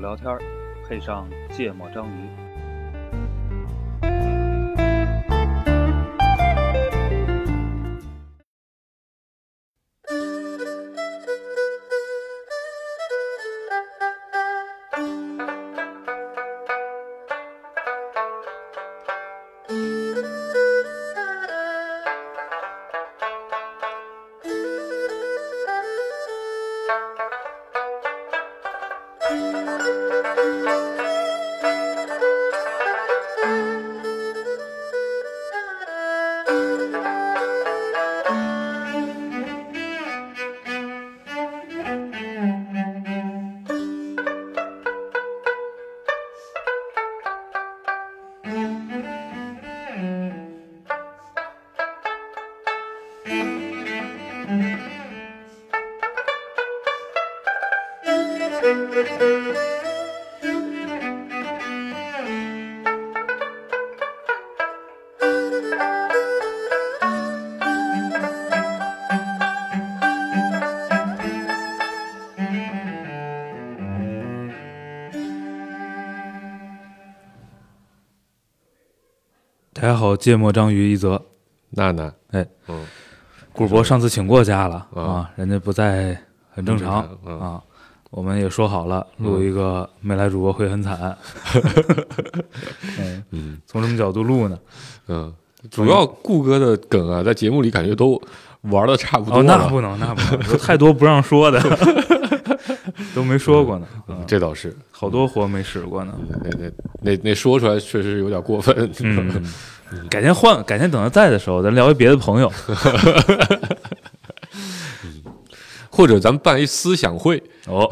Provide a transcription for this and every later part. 聊天，配上芥末章鱼。大家好，芥末章鱼一泽，娜娜，哎，嗯，古博上次请过假了啊啊，人家不在，很正常很正常嗯嗯啊。我们也说好了，录一个没来主播会很 惨。嗯，嗯从什么角度录呢？嗯，主要顾哥的梗啊，在节目里感觉都玩的差不多哦，那了，不能，那不能，有太多不让说的， 都没说过呢。啊嗯这倒是，好多活没使过呢。那那那那说出来确实有点过分，嗯，改天换，改天等他在的时候，咱聊一别的 朋友。 或者咱们办一思想会 哦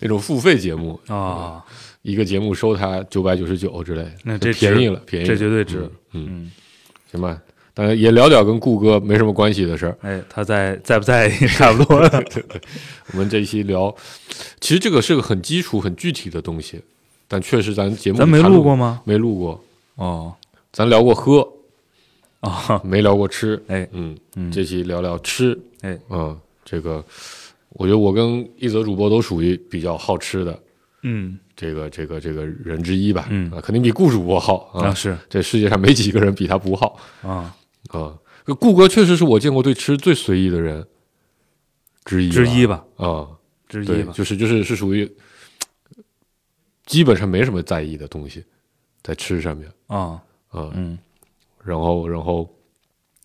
那种付费节目，啊，一个节目收他九百九十九之类的，那这值便宜了，便宜了，这绝对值。嗯，嗯，行吧，当然也聊聊跟顾哥没什么关系的事儿。 哎，他在在不在也差不多了。我们这一期聊，其实这个是个很基础、很具体的东西，但确实咱节目咱没里谈录过，吗？没录过，哦咱聊过喝， 哦，没聊过吃，哎嗯，嗯这期聊聊吃，哎，嗯，这个我觉得我跟一泽主播都属于比较好吃的嗯，这个这个这个人之一吧，嗯啊，肯定比顾主播好啊，那是这世界上没几个人比他不好啊，啊。顾哥确实是我见过对吃最随意的人之一吧，之一吧，啊，之一对，吧。就是就是是属于基本上没什么在意的东西在吃上面啊，啊，嗯，然后然后，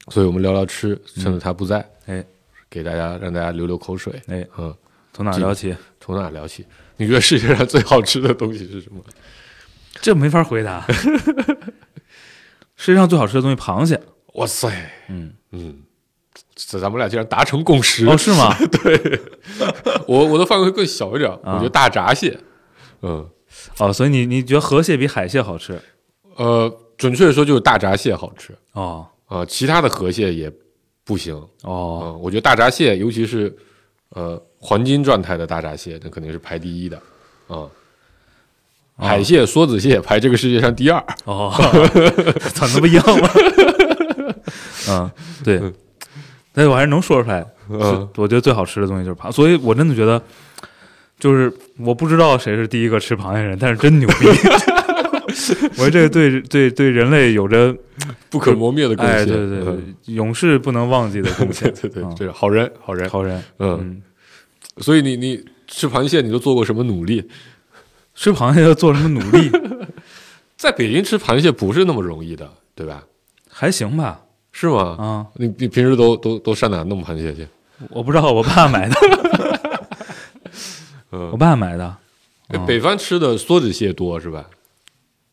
所以我们聊聊吃，趁着他不在，哎给大家让大家流流口水。哎，嗯，从哪聊起？从哪聊起？你觉得世界上最好吃的东西是什么？这没法回答。 世界上最好吃的东西，螃蟹。哇塞，嗯，嗯，这咱们俩竟然达成共识哦，是 吗？我我的范围更小一点，啊我觉得大闸蟹，嗯，哦，所以你你觉得河蟹比海蟹好吃？呃，准确的说就是大闸蟹好吃哦啊、其他的河蟹也不行啊、哦，我觉得大闸蟹，尤其是呃黄金状态的大闸蟹，那肯定是排第一的啊。啊海蟹、梭子蟹排这个世界上第二，哦， 操，那不一样 吗？嗯，对，但是我还是能说出来。嗯是我觉得最好吃的东西就是螃，所以我真的觉得，就是我不知道谁是第一个吃螃蟹的人，但是真牛 逼。我觉得这个对对对人类有着不可磨灭的贡献。哎，对对嗯对，永世不能忘记的贡献。对对啊对，这是好人， 好人，好人，嗯，嗯，所以你你吃螃蟹，你都做过什么努力？吃螃蟹要做什么努力？在北京吃螃蟹不是那么容易的，对吧？还行吧，是吗？啊，你你平时都都都上哪弄螃蟹去？我不知道，我爸买的，嗯我爸买的，哎嗯北方吃的梭子蟹多是吧？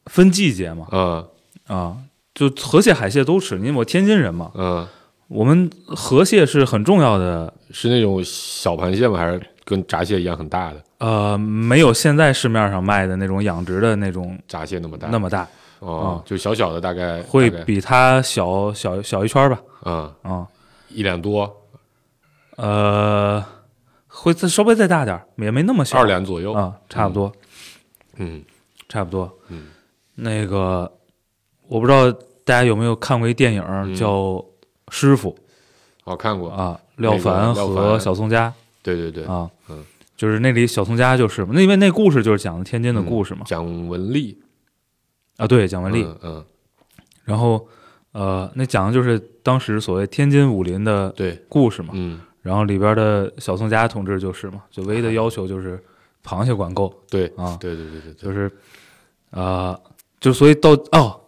分季节嘛，啊啊，就河蟹、海蟹都吃，因为我天津人嘛，啊，我们河蟹是很重要的是那种小螃蟹吗？还是跟闸蟹一样很大的？呃，没有现在市面上卖的那种养殖的那种闸蟹那么大？那么大，哦啊，就小小的，大概会大概比它小小小一圈儿吧，啊啊、一两多，呃，会再稍微再大点儿，也没那么小，二两左右。啊，差不多，嗯差不多，嗯，那个我不知道大家有没有看过一电影儿嗯叫《师傅我看》过。啊，廖凡廖和凡小宋佳对对对，啊，嗯就是那里小宋家就是嘛，那因为那故事就是讲的天津的故事嘛。蒋雯丽，啊，对，蒋雯丽。嗯，嗯，然后呃，那讲的就是当时所谓天津武林的对，故事嘛。嗯，然后里边的小宋佳同志就是嘛，就唯一的要求就是螃蟹管够对，啊，对对对对对，就是啊、呃就所以到哦，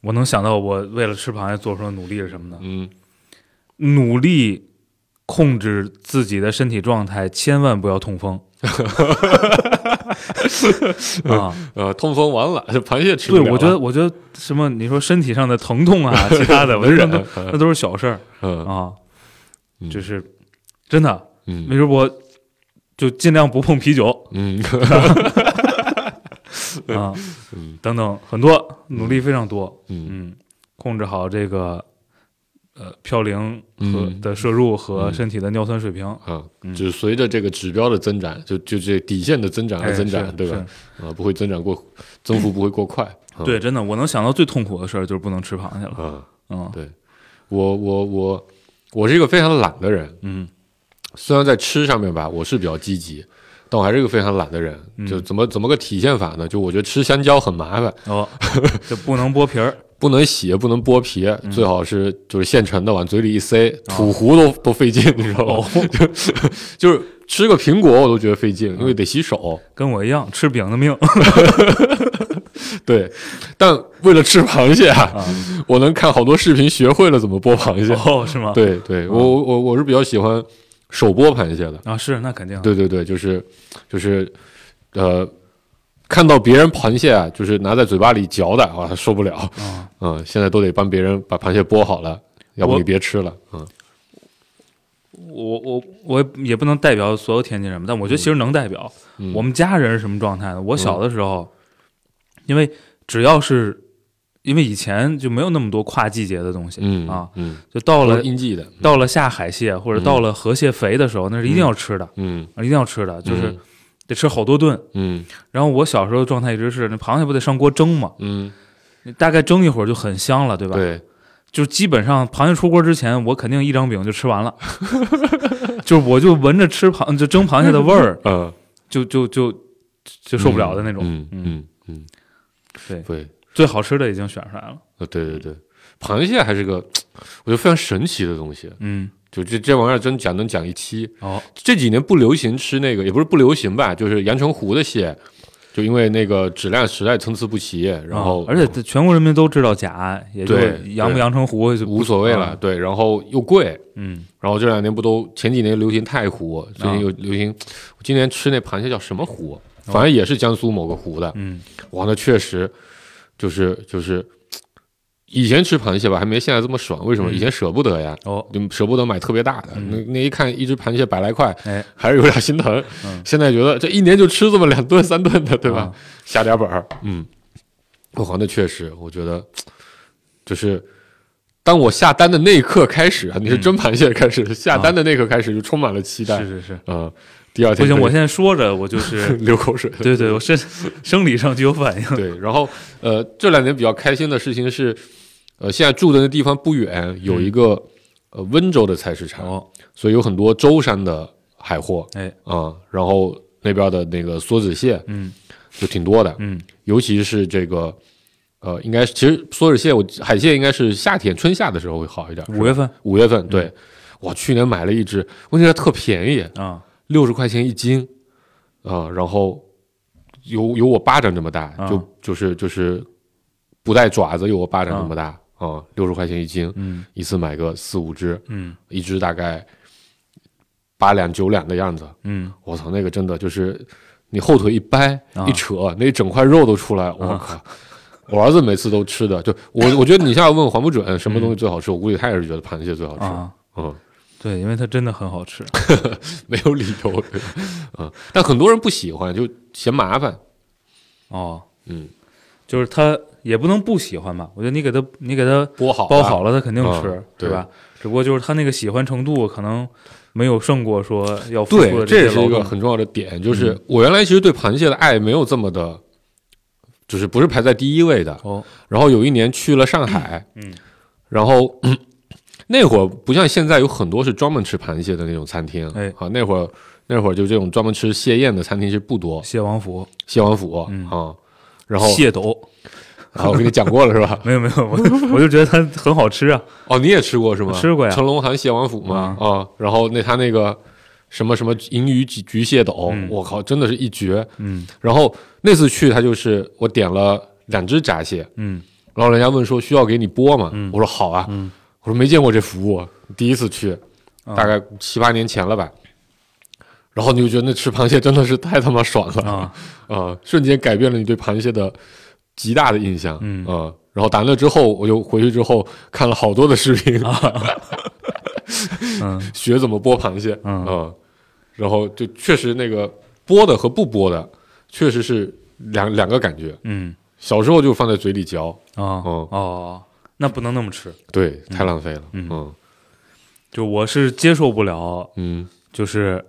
我能想到我为了吃螃蟹做出的努力是什么呢？嗯，努力控制自己的身体状态，千万不要痛 风。 啊，呃，痛风完了， 螃蟹吃不对，了啊了我觉得，我觉得什么？你说身体上的疼痛 啊，其他的，我觉得那都那忍，都是小事儿嗯啊。嗯就是真的，没嗯准我就尽量不碰啤酒嗯，啊，嗯等等，很多努力非常多。嗯嗯，控制好这个呃嘌呤和嗯的摄入和嗯身体的尿酸水平。啊嗯，就是随着这个指标的增长，就就这底线的增长哎而增是长，对吧？啊，不会增长过，增幅不会过快。啊对，真的，我能想到最痛苦的事儿就是不能吃螃蟹了。啊，嗯我我我我是一个非常懒的人，嗯虽然在吃上面吧，我是比较积极，但我还是一个非常懒的人。嗯就怎么怎么个体现法呢？就我觉得吃香蕉很麻烦，哦，就不能剥皮儿。不能洗，不能剥皮，嗯最好是就是现成的，往嘴里一塞，啊吐糊都都费劲，你知道吗？哦就是吃个苹果我都觉得费劲，因嗯为得洗手。跟我一样吃饼的命对，但为了吃螃蟹啊，啊！我能看好多视频，学会了怎么剥螃蟹。哦，是吗？ 对对，我我我我是比较喜欢手剥螃蟹的。啊，是那肯定啊。对对对，就是就是呃，看到别人螃蟹啊，就是拿在嘴巴里嚼的啊，受不了。啊，嗯，现在都得帮别人把螃蟹剥好了，要不我你别吃了。嗯我我我也不能代表所有天津人吧，但我觉得其实能代表。嗯，我们家人是什么状态呢？我小的时候，因为只要是因为以前就没有那么多跨季节的东西、嗯啊，嗯，就到到了了应季的，到了下海蟹或者到了河蟹肥的时候，那是一定要吃的，啊嗯，一定要吃的，就是嗯得吃好多顿。嗯然后我小时候的状态一直是，那螃蟹不得上锅蒸嘛，嗯，你大概蒸一会儿就很香了，对吧？对，就基本上螃蟹出锅之前，我肯定一张饼就吃完了， 就是我就闻着吃螃就蒸螃蟹的味儿，嗯，就就就就受不了的那种。嗯嗯嗯，对对，最好吃的已经选出来了。呃对对对，螃蟹还是个我觉得非常神奇的东西，嗯，就这这玩意儿真讲能讲一期。哦，这几年不流行吃那个，也不是不流行吧，就是阳澄湖的蟹，就因为那个质量实在参差不齐，然后、啊而且这全国人民都知道假，也就对阳不对阳澄湖就不无所谓了，。对，然后又贵，嗯，然后这两年不都前几年流行太啊湖，最近又流行，我今年吃那螃蟹叫什么湖，反正也是江苏某个湖的，嗯，哇，那确实就是就是。以前吃螃蟹吧，还没现在这么爽。为什么？以前舍不得呀，嗯哦，嗯就舍不得买特别大的。那那一看一只螃蟹百来块，哎，嗯还是有点心疼。现在觉得这一年就吃这么两顿三顿的，对吧？啊下点本儿，嗯，我好，那确实，我觉得就是当我下单的那一刻开始啊，你是真螃蟹开始、下单的那一刻开始就充满了期嗯待，啊是是是，嗯、第二不天行，就我现在说着我 就是，流口水，对对，我身生理上就有反应。 对，然后呃，这两年比较开心的事情是，呃，现在住的那地方不远有一个、呃温州的菜市场，哦，所以有很多舟山的海货，哎啊、然后那边的那个梭子蟹嗯就挺多的，嗯，尤其是这个，呃，应该是其实梭子蟹，我海蟹应该是夏天、春夏的时候会好一点。五月份五月份，嗯对，我去年买了一只，我觉得特便宜，啊，六十块钱一斤，啊、然后有有我巴掌这么大，啊就就是就是不带爪子，有我巴掌这么大啊，六、十、块钱一斤，嗯一次买个四五只，嗯一只大概八两九两的样子，嗯，我操，那个真的就是你后腿一掰、啊一扯，那一整块肉都出来，我靠！我儿子每次都吃的，就我我觉得你现在问还不准什么东西最好吃，我估计他也是觉得螃蟹最好吃，嗯啊，嗯，对，因为它真的很好吃。 没有理由，嗯，但很多人不喜欢，就嫌麻烦，哦，嗯，就是它也不能不喜欢吧？我觉得你给它，你给它剥好包包好了，了，他肯定吃，嗯对吧？只不过就是他那个喜欢程度可能没有胜过说要付出对，的这也些是劳一个动。嗯很重要的点，就是我原来其实对螃蟹的爱没有这么的，就是不是排在第一位的，哦，然后有一年去了上海，嗯，然后嗯那会儿不像现在有很多是专门吃螃蟹的那种餐厅，哎啊，那会儿那会儿就这种专门吃蟹宴的餐厅其实不多，蟹王府、蟹王府嗯啊，然后蟹斗，啊，我跟你讲过了是吧？没有没 有，我我就觉得它很好吃啊，哦，你也吃过是吗？我吃过呀成龙韩蟹王府嘛啊，然后那他那个什么什么银鱼焗焗蟹斗，我靠，真的是一绝。嗯然后那次去他就是我点了两只炸蟹，嗯然后人家问说需要给你剥吗？我说好啊，我说没见过这服务，第一次去，啊大概七八年前了吧。然后你就觉得那吃螃蟹真的是太他妈爽了 啊，啊瞬间改变了你对螃蟹的极大的印象，嗯啊然后打完了之后，我就回去之后看了好多的视频，啊 嗯学怎么剥螃蟹，嗯啊然后就确实那个剥的和不剥的，确实是两两个感觉。嗯小时候就放在嘴里嚼，啊哦哦，那不能那么吃，对，太浪费了，嗯嗯就我是接受不了，嗯就是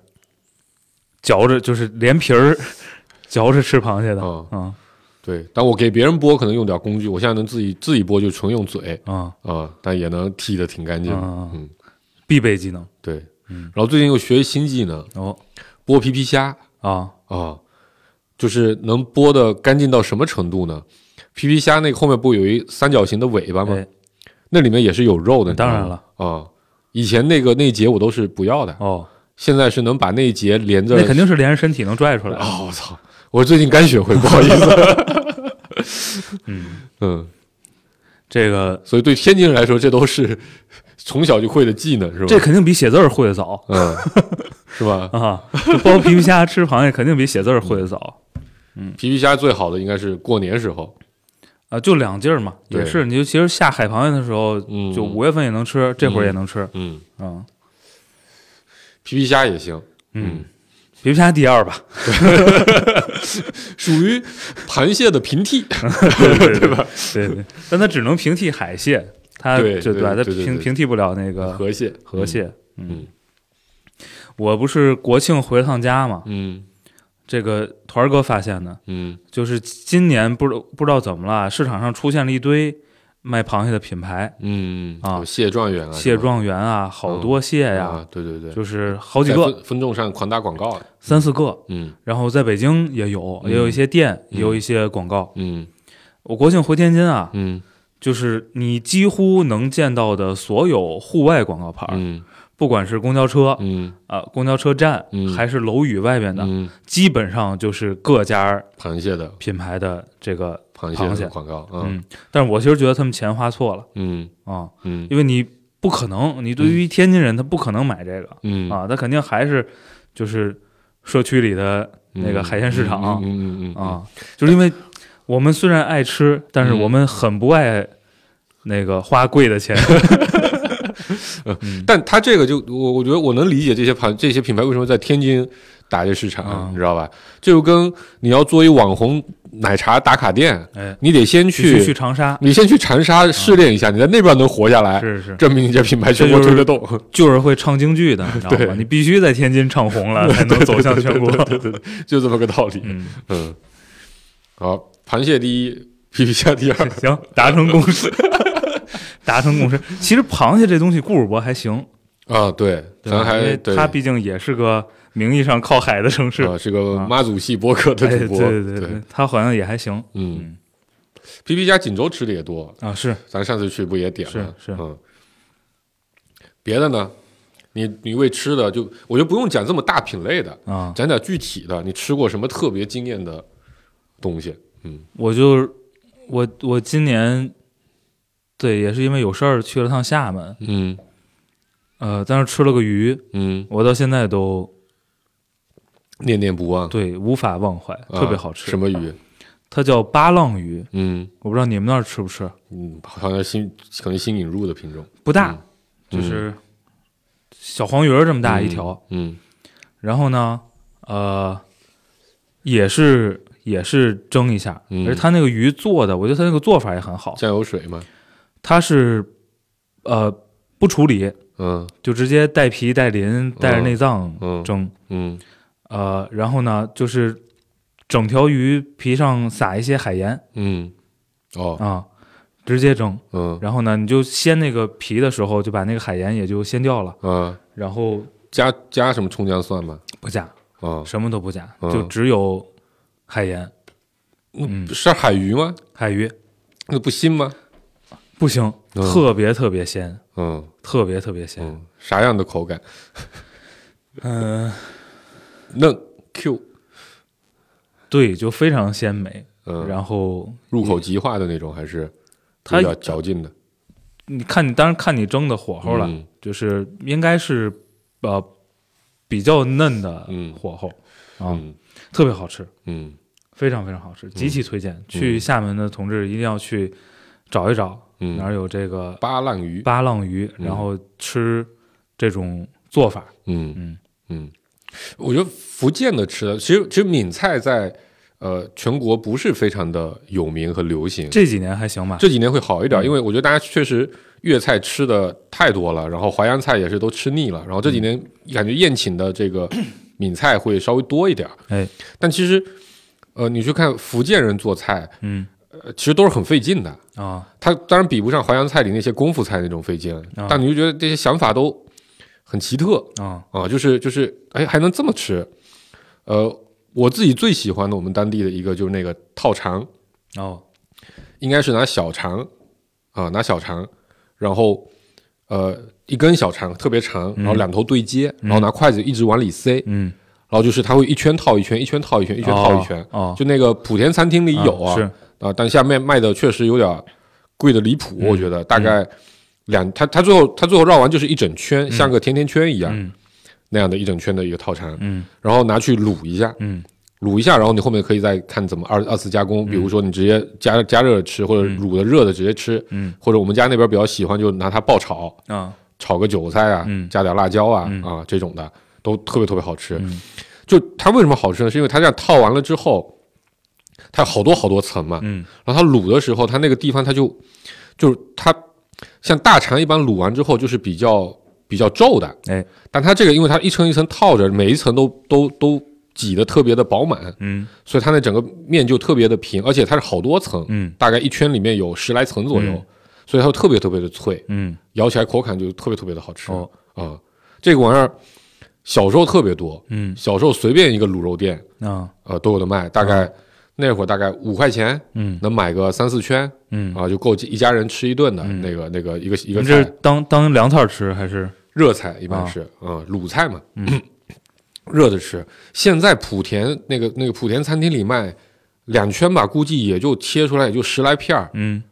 嚼着就是连皮儿 嚼着吃螃蟹的，啊啊对，但我给别人剥可能用点工具，我现在能自己自己剥就纯用嘴啊，啊，但也能剔的挺干净的。嗯嗯，必备技能对。嗯然后最近又学一新技能，哦剥皮皮虾啊啊，就是能剥的干净到什么程度呢？皮皮虾那个后面不有一三角形的尾巴吗？哎那里面也是有肉的，你知道吗当然了啊。以前那个那一节我都是不要的，哦，现在是能把那一节连着。那肯定是连着身体能拽出来， 啊！我操！我最近刚学会，不好意思。 嗯，嗯，这个所以对天津人来说，这都是从小就会的技能，是吧？这肯定比写字儿会的早嗯，是吧？啊，就剥皮皮虾吃螃蟹肯定比写字儿会的嗯早嗯皮皮虾最好的应该是过年时候，啊，就两劲儿嘛，对也是，你就其实下海螃蟹的时候，嗯就五月份也能吃，这会儿也能吃，嗯，嗯皮皮虾也行，嗯，皮皮虾第二 吧，属于螃蟹的平替。对吧？对对，但它只能平替海蟹，它对就对吧？它对对平对平替不了那个河蟹，河蟹。嗯，我不是国庆回趟家嘛，嗯这个团儿哥发现的，嗯就是今年不知不知道怎么了，市场上出现了一堆卖螃蟹的品牌，嗯啊有蟹状元啊，蟹状元啊，好多蟹元呀，，对啊对对，就是好好几个，分众上狂打广告的，三四个。嗯然后在北京也有，也有一些店，也有一些广告。嗯我国庆回天津啊，嗯就是你几乎能见到的所有户外广告牌儿，嗯不管是公交车，嗯啊，公交车站、嗯还是楼宇外面的，嗯，基本上就是各家螃蟹的品牌的这个，螃螃蟹蟹的广告，嗯嗯，但是我其实觉得他们钱花错了嗯啊，嗯因为你不可能，你对于天津人他不可能买这个、嗯啊，他肯定还是就是社区里的那个海鲜市场嗯嗯嗯嗯嗯啊，就是因为我们虽然爱吃，但是我们很不爱那个花贵的 钱，但他这个就我我觉得我能理解这些盘这些品牌为什么在天津打这市场，嗯你知道吧？这就跟你要做一网红奶茶打卡店，哎，你得先必须去，去长沙，你先去长沙试炼一下，你在那边能活下来，是是，证明你哎这品牌全国推得动。就是会唱京剧 的，你知道吗？对你必须在天津唱红了，才能走向全国。对对对，就这么个道理。 嗯，嗯，好，螃蟹第一，皮皮虾第二。行，达成共识， 达成共识。其实螃蟹这东西，顾主播还行，啊，对，对咱吧？因还为对它毕竟也是个名义上靠海的城市，啊是个啊妈祖系播客的哎，主对播，对对，它好像也还行嗯嗯。皮皮虾锦州吃的也多，啊。是咱上次去不也点了？是是嗯。别的呢？你你为吃的就我就不用讲这么大品类的，啊，讲点具体的。你吃过什么特别惊艳的东西？我就我我今年对也是因为有事儿去了趟厦门，嗯呃，但是吃了个鱼，嗯，我到现在都念念不忘，对无法忘怀，啊特别好吃什。么鱼？它叫八浪鱼，嗯我不知道你们那儿吃不吃，嗯，好像新可能新引入的品种，不大，嗯就是小黄鱼儿这么大一嗯条。。嗯然后呢，呃，也是也是蒸一下，嗯而且它那个鱼做的，我觉得它那个做法也很好，酱油水嘛。它是呃不处理，嗯就直接带皮带鳞带着内脏嗯蒸，嗯呃，然后呢就是整条鱼皮上撒一些海盐嗯，哦啊。直接蒸，嗯然后呢，你就鲜那个皮的时候，就把那个海盐也就鲜掉了，啊，然后加加什么葱姜蒜吗？不加，啊，什么都不加，嗯就只有海盐、嗯那不是海鱼吗？海鱼，那不腥吗？不行，嗯特别特别鲜，嗯特别特别鲜。嗯，啥样的口感？嗯、嫩 Q，对，就非常鲜美。嗯，然后入口即化的那种，还是它比较嚼劲的？你看你，当然看你蒸的火候了，嗯就是应该是呃比较嫩的嗯火候，啊嗯特别好吃，嗯非常非常好吃，极其推荐。去厦门的同志一定要去找一找嗯哪儿有这个八浪鱼，八浪鱼，然后吃这种做法。嗯嗯嗯，我觉得福建的吃的，其实其实闽菜在呃全国不是非常的有名和流行，这几年还行吧，这嗯几年会好一点，因为我觉得大家确实粤菜吃的太多了，然后淮扬菜也是都吃腻了，然后这几年感觉宴请的这个闽菜会稍微多一点。哎，但其实，呃，你去看福建人做菜，嗯呃，其实都是很费劲的。啊，他当然比不上淮扬菜里那些功夫菜那种费劲，啊但你就觉得这些想法都很奇特啊，啊，就是就是，哎，还能这么吃。呃，我自己最喜欢的我们当地的一个就是那个套肠，哦，应该是拿小肠啊、拿小肠，然后呃一根小肠特别长，然后两头对接，然后拿筷子一直往里塞，嗯，然后就是它会一圈套一圈，一圈套一圈，一圈套一圈。哦，就那个莆田餐厅里有啊，是，啊，但下面卖的确实有点贵的离嗯谱，我觉得大概两，它它最后它最后绕完就是一整圈，像个甜甜圈一样、嗯那样的一整圈的一个套餐，嗯然后拿去卤一下，嗯卤一下，然后你后面可以再看怎么二二次加工，比如说你直接加加热吃，或者卤的热的直接吃，嗯或者我们家那边比较喜欢就拿它爆炒，啊，炒个韭菜啊，嗯加点辣椒啊、嗯啊这种的都特别特别好吃。嗯就它为什么好吃呢？是因为它这样套完了之后，它有好多好多层嘛，嗯然后它卤的时候，它那个地方它就就是它像大肠一般卤完之后就是比较比较皱的，哎，但它这个因为它一层一层套着，每一层都都都挤得特别的饱满，嗯所以它那整个面就特别的平，而且它是好多层，嗯大概一圈里面有十来层左右，嗯所以它就特别特别的脆，嗯，咬起来口感就特别特别的好吃啊、哦，这个玩意儿小时候特别多，嗯小时候随便一个卤肉店啊，呃都有的卖，大概、那会儿大概五块钱嗯能买个三四圈。嗯，啊，就够一家人吃一顿的、那个那个一个一你个们这是菜，当当凉菜吃还是？热菜一般啊嗯是啊、鲁菜嘛， 热着吃。现在莆田那个那个莆田餐厅里卖两圈吧，估计也就切出来也就十来片儿，嗯，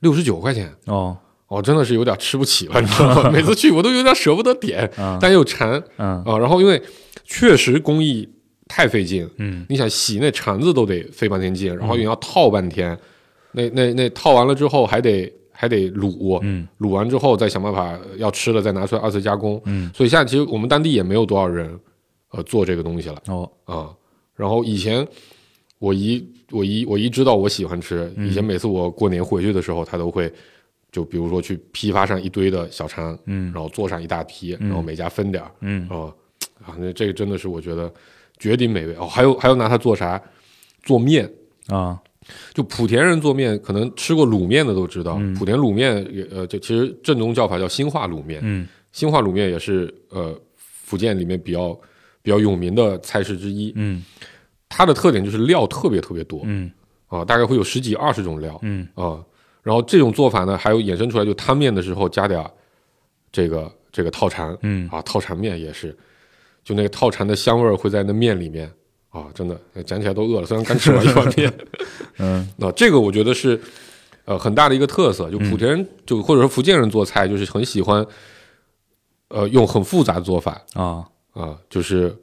六十九块钱。哦，哦，真的是有点吃不起了，你知 道吗？每次去我都有点舍不得点，啊但又馋嗯啊。然后因为确实工艺太费劲，嗯你想洗那肠子都得费半天劲，然后你要套半天，那那那套完了之后还得还得卤，嗯卤完之后再想办法呃要吃了再拿出来二次加工。嗯，所以现在其实我们当地也没有多少人呃做这个东西了哦，啊。然后以前我姨我姨我姨知道我喜欢吃，以嗯前每次我过年回去的时候，她都会就比如说去批发上一堆的小肠，嗯然后做上一大批，然后每家分点儿。嗯哦，啊，那这个真的是我觉得绝顶美味哦。还有还有拿它做啥？做面，啊，就莆田人做面，可能吃过卤面的都知道，嗯莆田卤面也呃，这其实正宗叫法叫兴化卤面，嗯兴化卤面也是呃福建里面比较比较有名的菜式之一。嗯它的特点就是料特别特别多嗯啊，大概会有十几二十种料嗯啊。然后这种做法呢，还有衍生出来，就汤面的时候加点儿这个这个套肠，嗯，啊，套肠面也是，就那个套肠的香味儿会在那面里面啊，真的哎讲起来都饿了。虽然刚吃完一碗面， 嗯那、这个我觉得是呃很大的一个特色，就嗯莆田人、就或者说福建人做菜就是很喜欢呃用很复杂的做法啊，啊，就是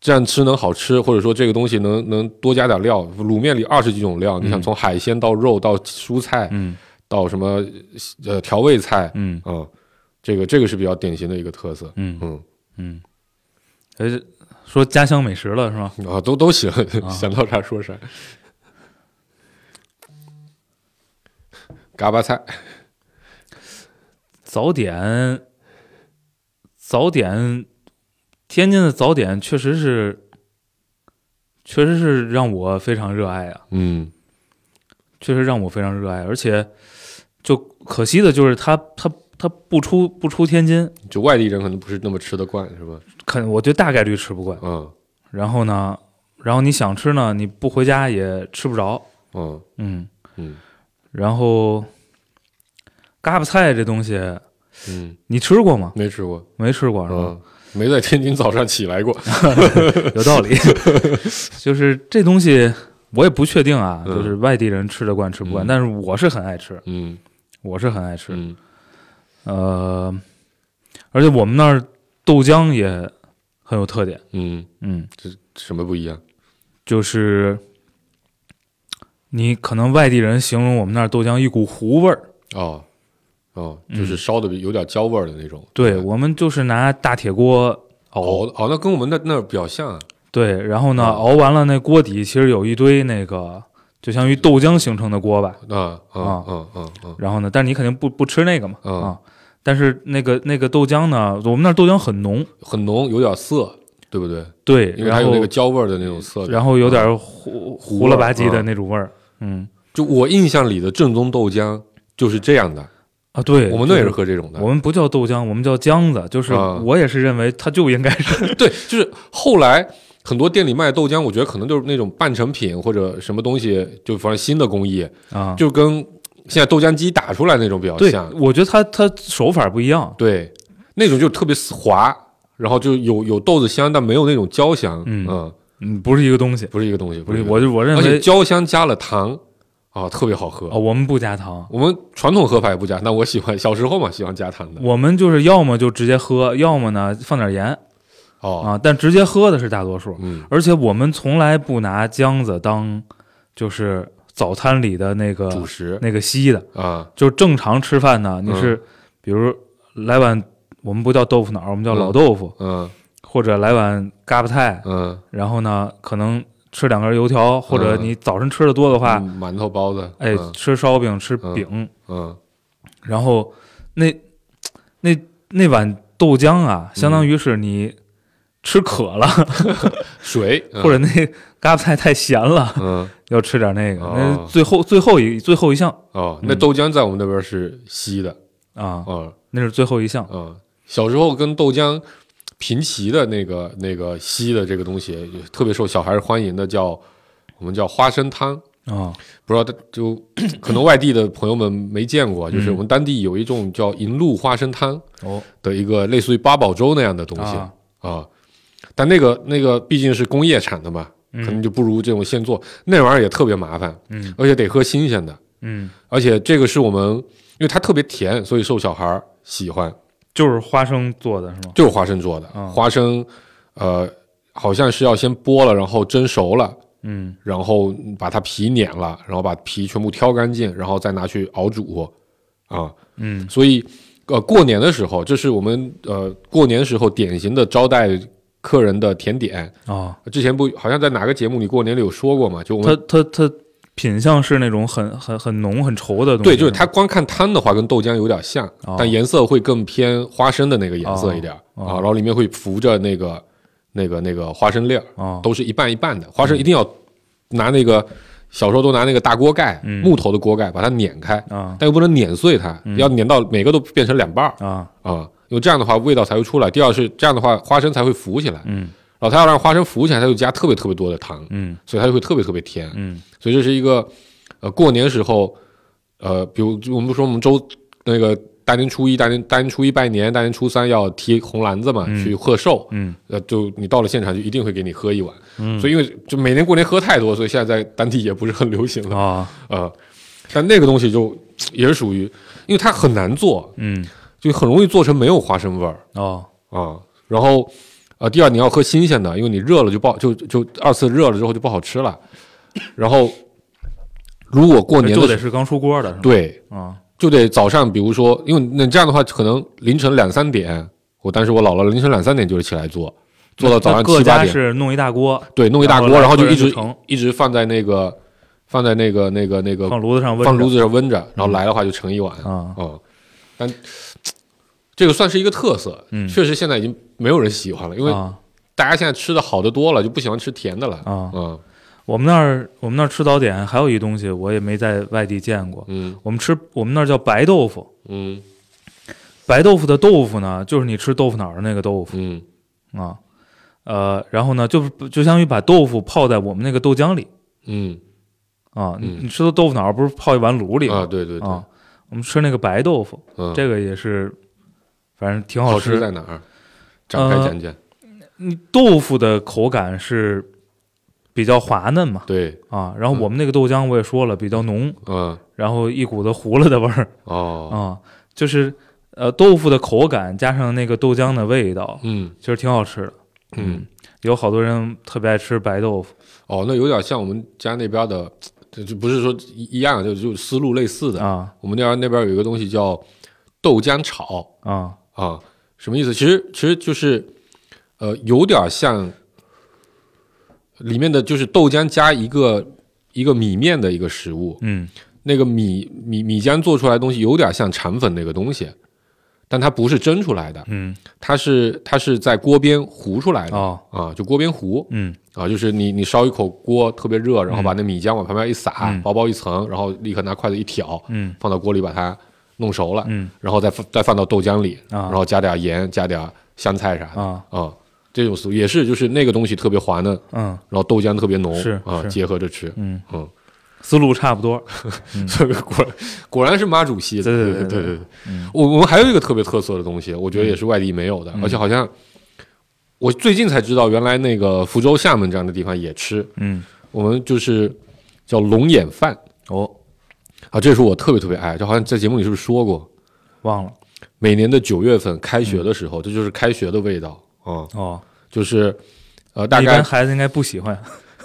这样吃能好吃，或者说这个东西能能多加点料。卤面里二十几种料，你想从海鲜到肉到蔬菜，嗯到什么呃调味菜嗯啊，这个这个是比较典型的一个特色。嗯嗯。嗯，哎，说家乡美食了是吧？啊，都都行，想到啥说啥。嘎巴菜，早点，早点，天津的早点确实是，确实是让我非常热爱啊，嗯确实让我非常热爱，而且就可惜的就是它它它不出不出天津，就外地人可能不是那么吃得惯，是吧？肯我觉得大概率吃不惯。嗯然后呢，然后你想吃呢，你不回家也吃不着，嗯嗯。嗯然后，嘎巴菜这东西嗯，你吃过吗？没吃过，没吃过是吧？嗯，没在天津早上起来过。嗯有道 理，就是这东西我也不确定啊，嗯就是外地人吃得惯吃不惯，嗯但是我是很爱吃，嗯我是很爱吃。嗯呃，而且我们那儿豆浆也很有特点，嗯，嗯，什么不一样？就是你可能外地人形容我们那儿豆浆一股糊味儿，哦哦，就是烧的有点焦味儿的那种。嗯对我们就是拿大铁锅熬，嗯熬熬哦那跟我们那那儿比较像啊。对，然后呢哦熬完了那锅底其实有一堆那个就相当于豆浆形成的锅吧，啊啊啊啊啊啊！然后呢，但是你肯定不不吃那个嘛、嗯啊。但是那个那个豆浆呢，我们那儿豆浆很浓，很浓，有点涩，对不对？对，因为然它有那后个焦嗯味儿的那种涩感。然后有点糊糊了吧唧的那种味儿，嗯就我印象里的正宗豆浆就是这样的，啊，对，我们那也就是喝这种的我。们不叫豆浆，我们叫浆子，就是啊我也是认为它就应该是，对，就是后来很多店里卖豆浆，我觉得可能就是那种半成品或者什么东西，就反正新的工艺，啊， 就跟现在豆浆机打出来那种比较对像，。我觉得它它手法不一样，对，那种就特别滑，然后就有有豆子香，但没有那种焦香。嗯嗯，嗯，不是一个东西，不是一个东西，不是，一个我就我认而且为焦香加了糖啊，特别好喝。啊，我们不加糖，我们传统喝法也不加，那我喜欢小时候嘛，喜欢加糖的。我们就是要么就直接喝，要么呢放点盐哦，啊，但直接喝的是大多数，嗯而且我们从来不拿浆子当就是早餐里的那个主食呃那个稀的，啊，就是正常吃饭呢，你嗯是、比如来碗我们不叫豆腐脑儿，我们叫老豆腐，嗯或者来碗嘎巴菜，嗯，然后呢可能吃两根油条，或者嗯你早晨吃的多的话，嗯馒头包子，哎、嗯吃烧饼吃饼，嗯然后那那那碗豆浆啊，相当于是你吃渴了，水嗯或者那嘎巴菜太咸了。嗯要吃点那个，那哦最后最后一最后一项哦，那豆浆在我们那边是稀的啊，啊那是最后一项啊，小时候跟豆浆平齐的那个那个稀的这个东西，也特别受小孩欢迎的叫我们叫花生汤。啊不知道，就 可能外地的朋友们没见过，嗯就是我们当地有一种叫银鹭花生汤，哦的一个类似于八宝粥那样的东西啊啊，但那个那个毕竟是工业产的嘛，嗯可能就不如这种现做。那玩意儿也特别麻烦，嗯而且得喝新鲜的，嗯，而且这个是我们，因为它特别甜，所以受小孩儿喜欢。就是花生做的是吗？就是花生做的，啊花生，呃，好像是要先剥了，然后蒸熟了，嗯然后把它皮碾了，然后把皮全部挑干净，然后再拿去熬煮，啊、嗯所以呃，过年的时候，这是我们呃过年时候典型的招待客人的甜点。哦，之前不好像在哪个节目里过年里有说过嘛？就我它们它它品相是那种很很很浓很稠的东西，对，就是吗它光看汤的话，跟豆浆有点像，哦但颜色会更偏花生的那个颜色一点、哦啊，然后里面会浮着那个那个那个花生粒儿，哦都是一半一半的。花生一定要拿那个。小时候都拿那个大锅盖，嗯木头的锅盖，把它碾开，啊嗯但又不能碾碎它，要碾到每个都变成两半儿，啊啊、因为这样的话味道才会出来。第二是这样的话，花生才会浮起来。嗯然后它要让花生浮起来，它就加特别特别多的糖，嗯所以它就会特别特别甜。嗯所以这是一个呃过年时候，呃，比如就我们说我们周那个大年初一、大年大年初一拜年、大年初三要提红篮子嘛，去贺寿。嗯呃，就你到了现场就一定会给你喝一碗，所以因为就每年过年喝太多，所以现在在当地也不是很流行了啊、啊呃但那个东西就也是属于，因为它很难做，嗯就很容易做成没有花生味儿。哦啊、然后呃，第二你要喝新鲜的，因为你热了就不好，就就二次热了之后就不好吃了。然后如果过年就的得时是候，刚出锅的是吗？对，啊就得早上，比如说，因为那这样的话，可能凌晨两三点，我当时我姥姥凌晨两三点就是起来做，做到早上那各七八家点，是弄一大锅对，弄一大然后锅，让然后客就人一直就盛一直放在那个放在那个那个那个放炉子上温嗯呃放炉子子上温着，然后来的话就盛一碗。啊哦，但这个算是一个特色，嗯确实现在已经没有人喜欢了，因为啊大家现在吃的好的多了，就不喜欢吃甜的了。啊！嗯我们那儿我们那儿吃早点还有一东西我也没在外地见过，嗯我们吃我们那儿叫白豆腐，嗯白豆腐的豆腐呢，就是你吃豆腐脑儿的那个豆腐嗯啊，呃，然后呢，就是就相当于把豆腐泡在我们那个豆浆里嗯啊，你嗯你吃的豆腐脑儿不是泡一碗卤里啊，吗？对对对，啊，我们吃那个白豆腐，嗯，这个也是，反正挺好吃。呃在哪儿？展开讲讲。你豆腐的口感是比较滑嫩嘛对，啊，然后我们那个豆浆我也说了比较浓，嗯然后一股子糊了的味儿哦，啊，就是呃豆腐的口感加上那个豆浆的味道，嗯其实挺好吃的。嗯，有好多人特别爱吃白豆腐哦，那有点像我们家那边的，这就不是说一一样，就就思路类似的。啊我们那边那边有一个东西叫豆浆炒啊啊，什么意思？其实其实就是，呃，有点像里面的就是豆浆加一个一个米面的一个食物，嗯那个米米米浆做出来的东西有点像肠粉那个东西，但它不是蒸出来的，嗯它是它是在锅边糊出来的、哦啊，就锅边糊嗯啊，就是你你烧一口锅特别热，然后把那米浆往旁边一撒，薄薄一层，然后立刻拿筷子一挑，嗯放到锅里把它弄熟了，嗯然后再放再放到豆浆里，啊然后加点盐，加点香菜啥的啊啊，这种思路也是就是那个东西特别滑嫩，嗯然后豆浆特别浓，是啊，是结合着吃，嗯，嗯。思路差不多。 这个果然果然是马主席的，对对对对对对对嗯对。我我们还有一个特别特色的东西，我觉得也是外地没有的，而且好像我最近才知道，原来那个福州、厦门这样的地方也吃。嗯我们就是叫龙眼饭哦，啊，这是我特别特别爱，就好像在节目里是不是说过，忘了每年的九月份开学的时候，这就是开学的味道啊、哦，就是呃大一概般孩子应该不喜欢。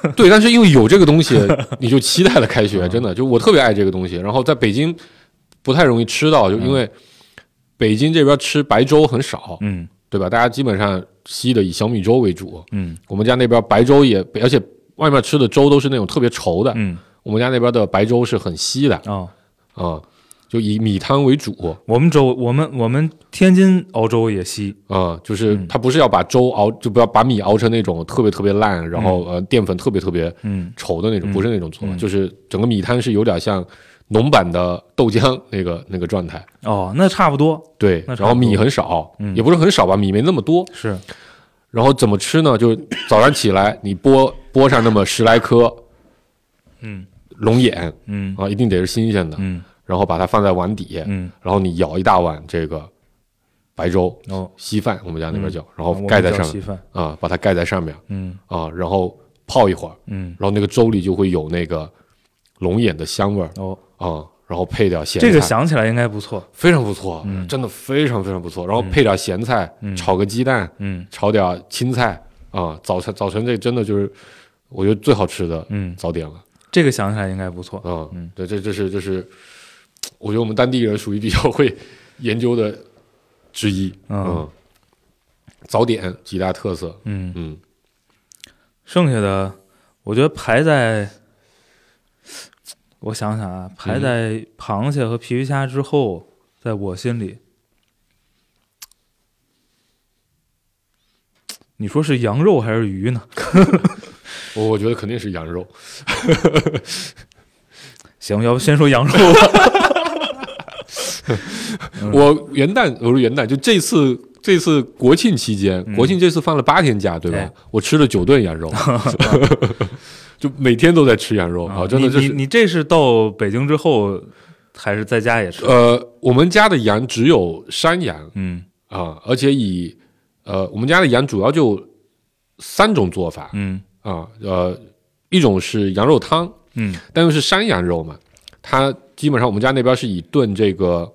对，但是因为有这个东西， 你就期待了开嗯学，真的，就我特别爱这个东西。然后在北京不太容易吃到，就因为北京这边吃白粥很少，嗯对吧？大家基本上稀的以小米粥为主。嗯我们家那边白粥也，而且外面吃的粥都是那种特别稠的，嗯我们家那边的白粥是很稀的啊、哦。就以米汤为主我们州，我们我们天津熬粥也稀，啊、就是嗯它不是要把粥熬，就不要把米熬成那种特别特别烂，然后呃淀粉特别特别嗯稠的那种，不是那种做法，就是整个米汤是有点像浓版的豆浆那个那个状态。哦，那差不多对，那然差不后米多很少，嗯也不是很少吧，米没那么多。是，然后怎么吃呢？就是早上起来你剥剥上那么十来颗嗯龙眼嗯啊，一定得是新鲜的，嗯然后把它放在碗底，嗯，然后你舀一大碗这个白粥哦，嗯稀饭，我们家那边叫，然后我们盖在叫上稀面饭，啊，把它盖在上面嗯啊，然后泡一会儿，嗯，然后那个粥里就会有那个龙眼的香味儿。哦，啊，然后配点咸菜，这个想起来应该不错，嗯非常不错，真的非常非常不错。然后配点咸菜，炒个鸡蛋，嗯炒点青菜啊，早晨早晨这真的就是我觉得最好吃的嗯，早点了这个想起来应该不错，啊嗯。对，这这是这是我觉得我们当地人属于比较会研究的之一，嗯嗯，早点几大特色，嗯，嗯剩下的我觉得排在，我想想啊，嗯排在螃蟹和皮皮虾之后，在我心里，你说是羊肉还是鱼呢？我我觉得肯定是羊肉，行，要不先说羊肉我元旦，我说元旦，就这次这次国庆期间，嗯国庆这次放了八天假，对吧哎？我吃了九顿 羊肉，就每天都在吃羊肉 啊，真的就你你是。你这是到北京之后，还是在家也吃？呃，我们家的羊只有山羊嗯啊，而且以呃，我们家的羊主要就三种做法嗯啊，呃，一种是羊肉汤，嗯但又是山羊肉嘛，它基本上我们家那边是以炖这个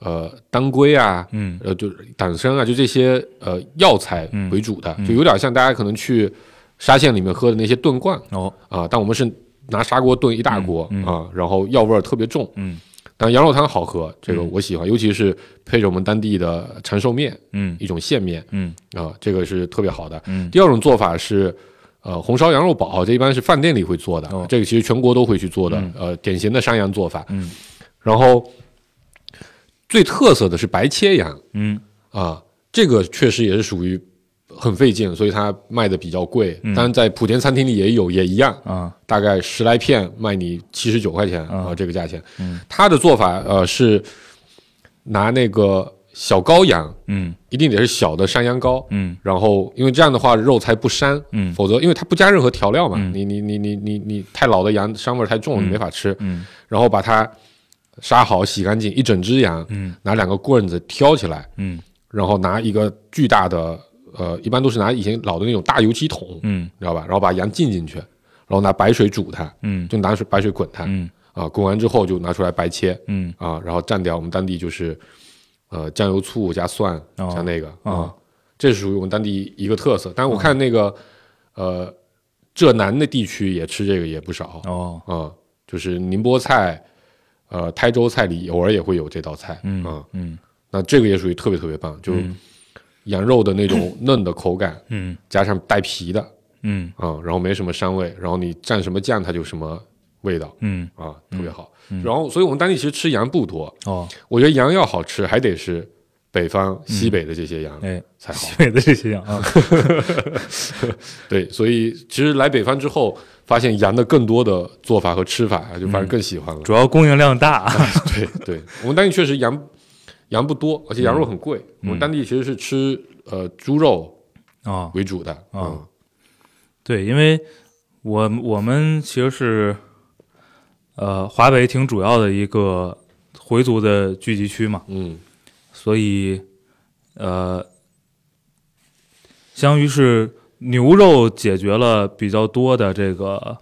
呃当归啊，嗯呃，就是党参啊，就这些呃药材为主的，嗯就有点像大家可能去沙县里面喝的那些炖罐哦啊，但我们是拿砂锅炖一大锅、啊，然后药味儿特别重。嗯但羊肉汤好喝，这个我喜欢，尤其是配着我们当地的长寿面，嗯一种线面嗯啊，这个是特别好的。嗯第二种做法是。呃，红烧羊肉煲，这一般是饭店里会做的，哦这个其实全国都会去做的，呃，典型的山羊做法。嗯然后最特色的是白切羊，嗯啊，这个确实也是属于很费劲，所以它卖的比较贵。嗯当然，在莆田餐厅里也有，也一样，啊大概十来片卖你七十九块钱啊、嗯这个价钱。嗯它的做法呃是拿那个小羔羊嗯一定得是小的山羊羔，嗯然后因为这样的话肉才不膻，嗯否则因为它不加任何调料嘛，嗯你你你你你你太老的羊膻味儿太重了，你没法吃。嗯然后把它杀好洗干净，一整只羊，嗯拿两个棍子挑起来，嗯然后拿一个巨大的呃，一般都是拿以前老的那种大油漆桶，嗯你知道吧？然后把羊浸进去，然后拿白水煮它，嗯就拿水白水滚它，嗯啊，滚完之后就拿出来白切，嗯啊，然后蘸掉我们当地就是呃酱油、醋加蒜哦加那个啊、哦这是属于我们当地一个特色。但是我看那个、呃浙南的地区也吃这个也不少啊、哦就是宁波菜、呃台州菜里偶尔也会有这道菜，嗯啊，嗯那这个也属于特别特别棒，就羊肉的那种嫩的口感，嗯加上带皮的嗯啊，然后没什么膻味，然后你蘸什么酱它就什么味道嗯啊，特别好。然后，所以我们当地其实吃羊不多，哦我觉得羊要好吃，还得是北方、西北的这些羊、哎，才好西。北的这些羊啊，对，所以其实来北方之后，发现羊的更多的做法和吃法，就反正更喜欢了。 主要供应量大， 啊对对，我们当地确实羊羊不多，而且羊肉嗯很贵。我们当地其实是吃呃猪肉哦，为主的哦对，因为我我们其实是呃华北挺主要的一个回族的聚集区嘛，嗯所以呃，相当于是牛肉解决了比较多的这个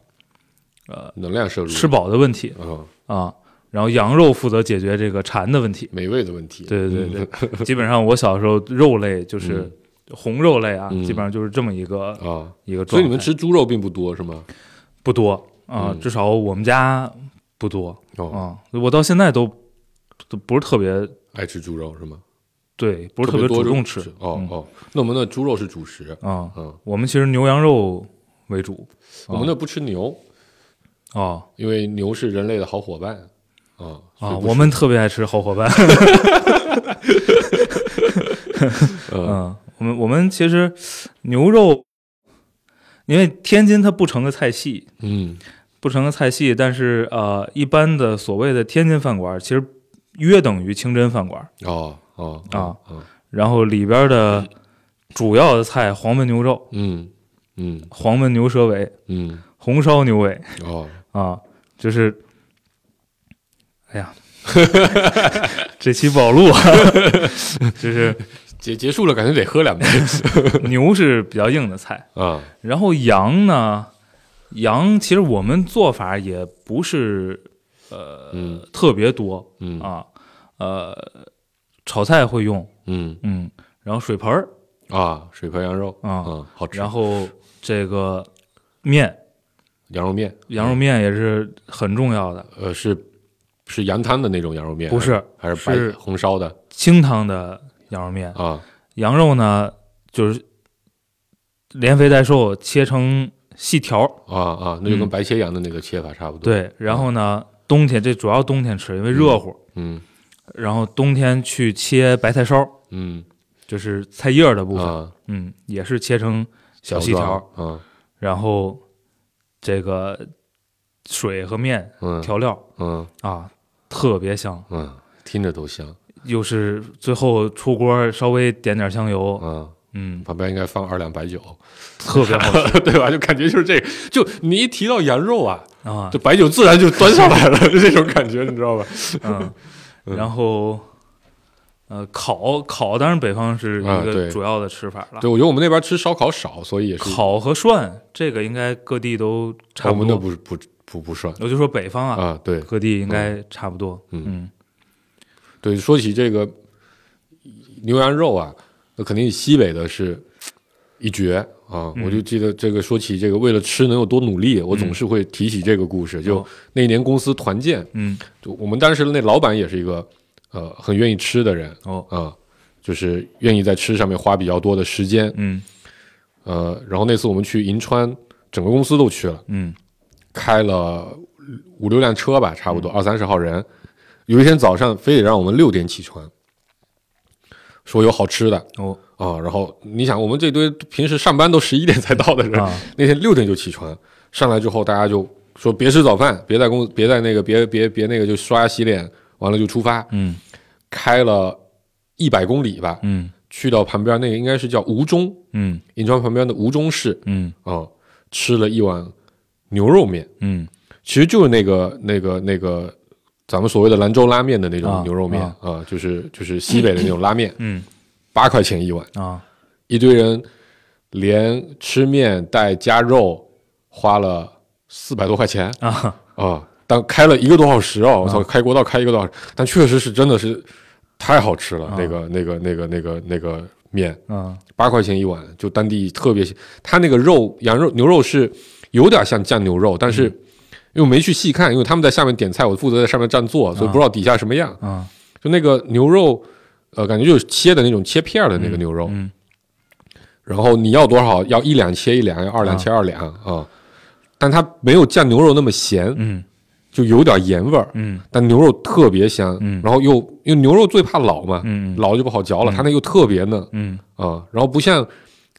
嗯，能量摄入吃饱的问题啊、嗯啊，然后羊肉负责解决这个馋的问题。美味的问题。对对对 对，基本上我小时候肉类就是红肉类啊，嗯基本上就是这么一个、啊、一个状态。所以你们吃猪肉并不多是吗？不多啊、嗯至少我们家不多啊、哦，我到现在都都不是特别爱吃猪肉是吗？对，不是特别别多主动肉吃哦、嗯哦，那我们那猪肉是主食，啊、嗯，我们其实牛羊肉为主我们那不吃牛。哦因为牛是人类的好伙伴啊所以啊，不吃我们特别爱吃好伙伴。 呃嗯，我们我们其实牛肉，因为天津它不成个菜系，嗯不成个菜系，但是呃，一般的所谓的天津饭馆，其实约等于清真饭馆，哦哦啊哦然后里边的主要的菜黄焖牛肉、嗯嗯黄焖牛舌尾、嗯红烧牛尾哦，啊，就是，哎呀， 这期不好录啊， 就是结 结束了，感觉得喝两 杯牛是比较硬的菜，啊然后羊呢，羊其实我们做法也不是嗯特别多嗯啊，呃，炒菜会用，嗯嗯，然后水盆儿啊，水盆羊肉啊啊好吃，然后这个面，羊肉面羊肉面也是很重要的，呃是是羊汤的那种羊肉面，不是还是还是是白红烧的清汤的羊肉面。啊羊肉呢，就是连肥带瘦切成细条儿，啊啊，那就跟嗯白切羊的那个切法差不多，，对，然后呢，冬天这主要冬天吃，因为热乎，嗯然后冬天去切白菜烧，嗯就是菜叶儿的部分，啊嗯，也是切成小细条段儿，啊然后这个水和面嗯调料嗯啊，特别香。嗯，听着都香又是最后出锅稍微点点香油，啊，嗯，旁边应该放二两白酒。特别好对吧？就感觉就是这个，就你一提到羊肉啊， 啊这，白酒自然就端上来了，就这种感觉，你知道吧？嗯， 然后呃，烤烤当然北方是一啊对个主要的吃法了，对，我觉得我们那边吃烧烤少，所以也是烤和涮这个应该各地都差我不们那多，不是不不不涮我就说北方啊，啊。对各地应该差不多，嗯嗯对，说起这个牛羊肉啊，那肯定西北的是一绝啊。嗯我就记得这个说起这个为了吃能有多努力，我总是会提起这个故事。就哦那年公司团建，嗯就我们当时的那老板也是一个呃很愿意吃的人哦啊，就是愿意在吃上面花比较多的时间。嗯呃，然后那次我们去银川，整个公司都去了，嗯开了五六辆车吧，差不多嗯二三十号人。有一天早上，非得让我们六点起床，说有好吃的 哦啊。然后你想，我们这堆平时上班都十一点才到的人，啊那天六点就起床，上来之后大家就说别吃早饭，别在公，别在那个，别别别那个，就刷牙洗脸，完了就出发，嗯开了一百公里吧，嗯去到旁边那个应该是叫吴中，嗯银川旁边的吴中市嗯啊、吃了一碗牛肉面，嗯其实就是那个那个那个咱们所谓的兰州拉面的那种啊牛肉面啊啊、就是就是西北的那种拉面，嗯八块钱一碗，啊一堆人连吃面带加肉花了四百多块钱啊啊，但开了一个多小时哦，我操，开国道开一个多小时，但确实是真的是太好吃了，那个那个那个那个那个面，啊八块钱一碗，就当地特别，它那个肉羊肉牛肉是有点像酱牛肉，但是嗯因为我没去细看，因为他们在下面点菜，我负责在上面占座，所以不知道底下什么样。啊就那个牛肉，呃，感觉就是切的那种切片儿的那个牛肉，嗯然后你要多少，要一两切一两，要二两切二两啊、但它没有酱牛肉那么咸，嗯就有点盐味儿，嗯但牛肉特别香，嗯然后又因为牛肉最怕老嘛，嗯老了就不好嚼了，它那又特别嫩，嗯啊、然后不像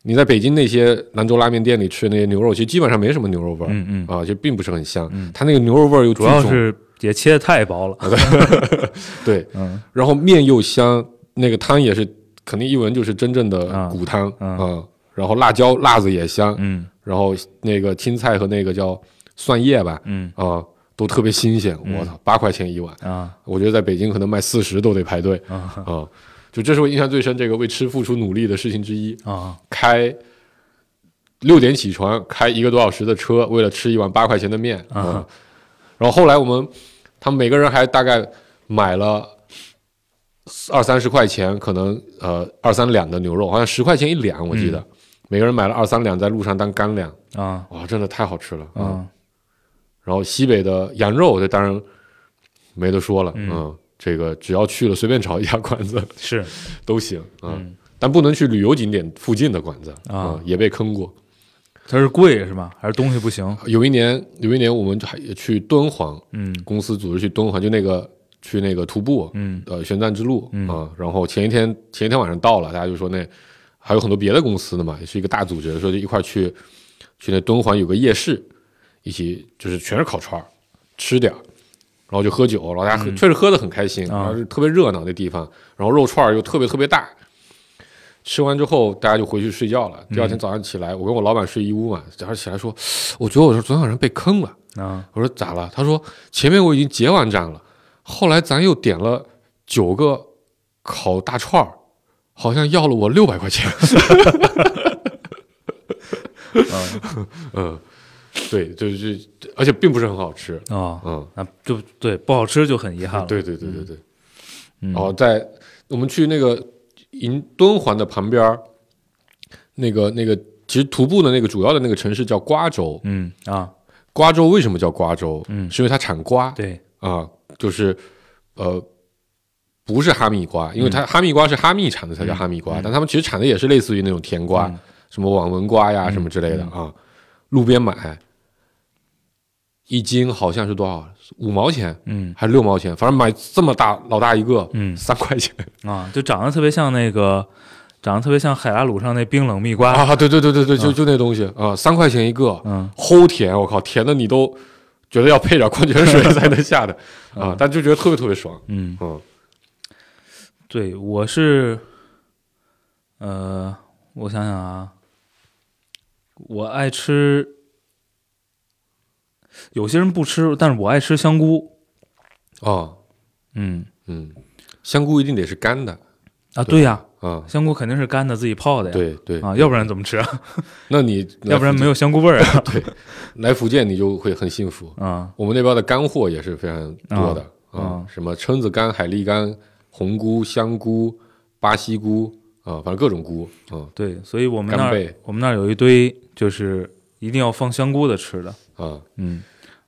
你在北京那些兰州拉面店里吃那些牛肉，其实基本上没什么牛肉味儿，嗯嗯，啊，就并不是很香。它那个牛肉味儿又巨主要重是也切的太薄了，对，嗯然后面又香，那个汤也是肯定一闻就是真正的啊骨汤啊、啊然后辣椒辣子也香，嗯然后那个青菜和那个叫蒜叶吧，嗯啊、都特别新鲜。我操，八块钱一碗，啊我觉得在北京可能卖四十都得排队啊啊、就这是我印象最深这个为吃付出努力的事情之一。啊开六点起床，开一个多小时的车，为了吃一碗八块钱的面啊、嗯然后后来我们他们每个人还大概买了二三十块钱，可能呃二三两的牛肉，好像十块钱一两，我记得、每个人买了二三两，在路上当干粮，啊哇，真的太好吃了啊、啊然后西北的羊肉，这当然没得说了，嗯。这个只要去了，随便找一家馆子是都行啊、但不能去旅游景点附近的馆子啊嗯也被坑过。它是贵是吧？还是东西不行？有一年，有一年我们还去敦煌，嗯公司组织去敦煌，就那个去那个徒步，嗯呃，玄奘之路啊、嗯然后前一天前一天晚上到了，大家就说那还有很多别的公司的嘛，也是一个大组织，说就一块儿去去那敦煌有个夜市，一起就是全是烤串儿，吃点儿。然后就喝酒，然后大家喝、确实喝得很开心，嗯啊然后就特别热闹那地方，然后肉串儿又特别特别大。吃完之后，大家就回去睡觉了。第二嗯天早上起来，我跟我老板睡一屋嘛，早上起来说，我觉得我说昨天晚上被坑了。啊我说咋了？他说前面我已经结完账了，后来咱又点了九个烤大串儿，好像要了我六百块钱。啊 嗯，对，就是，而且并不是很好吃。啊嗯，啊就对不好吃就很遗憾了。对哦对对对对。嗯然后在我们去那个银敦煌的旁边儿，那个那个其实徒步的那个主要的那个城市叫瓜州。嗯啊瓜州为什么叫瓜州？嗯是因为它产瓜。对啊，就是呃，不是哈密瓜，因为它、嗯哈密瓜是哈密产的才叫哈密瓜，但他们其实产的也是类似于那种甜瓜，嗯什么网纹瓜呀、什么之类的啊，路边买一斤好像是多少，五毛钱嗯还是六毛钱，反正买这么大老大一个，嗯三块钱啊就长得特别像那个长得特别像海拉鲁上那冰冷蜜瓜。啊，对对对对对，就就那东西啊，三块钱一个，嗯齁甜，我靠，甜的你都觉得要配点矿泉水 才能下的啊，但就觉得特别特别爽，嗯。嗯对，我是，呃，我想想啊，我爱吃，有些人不吃，但是我爱吃香菇。啊。嗯，嗯，香菇一定得是干的啊，对呀、啊。香菇肯定是干的，自己泡的呀。对对，啊，要不然怎么吃啊？那你要不然没有有香菇味儿 啊。来福建，你就会很幸福。啊我们那边的干货也是非常多的啊啊，什么蛏子干、海蛎干、红菇、香菇、巴西菇啊，反正各种菇啊对，所以我们那干儿贝我们那儿有一堆就是一定要放香菇的吃的。啊，嗯，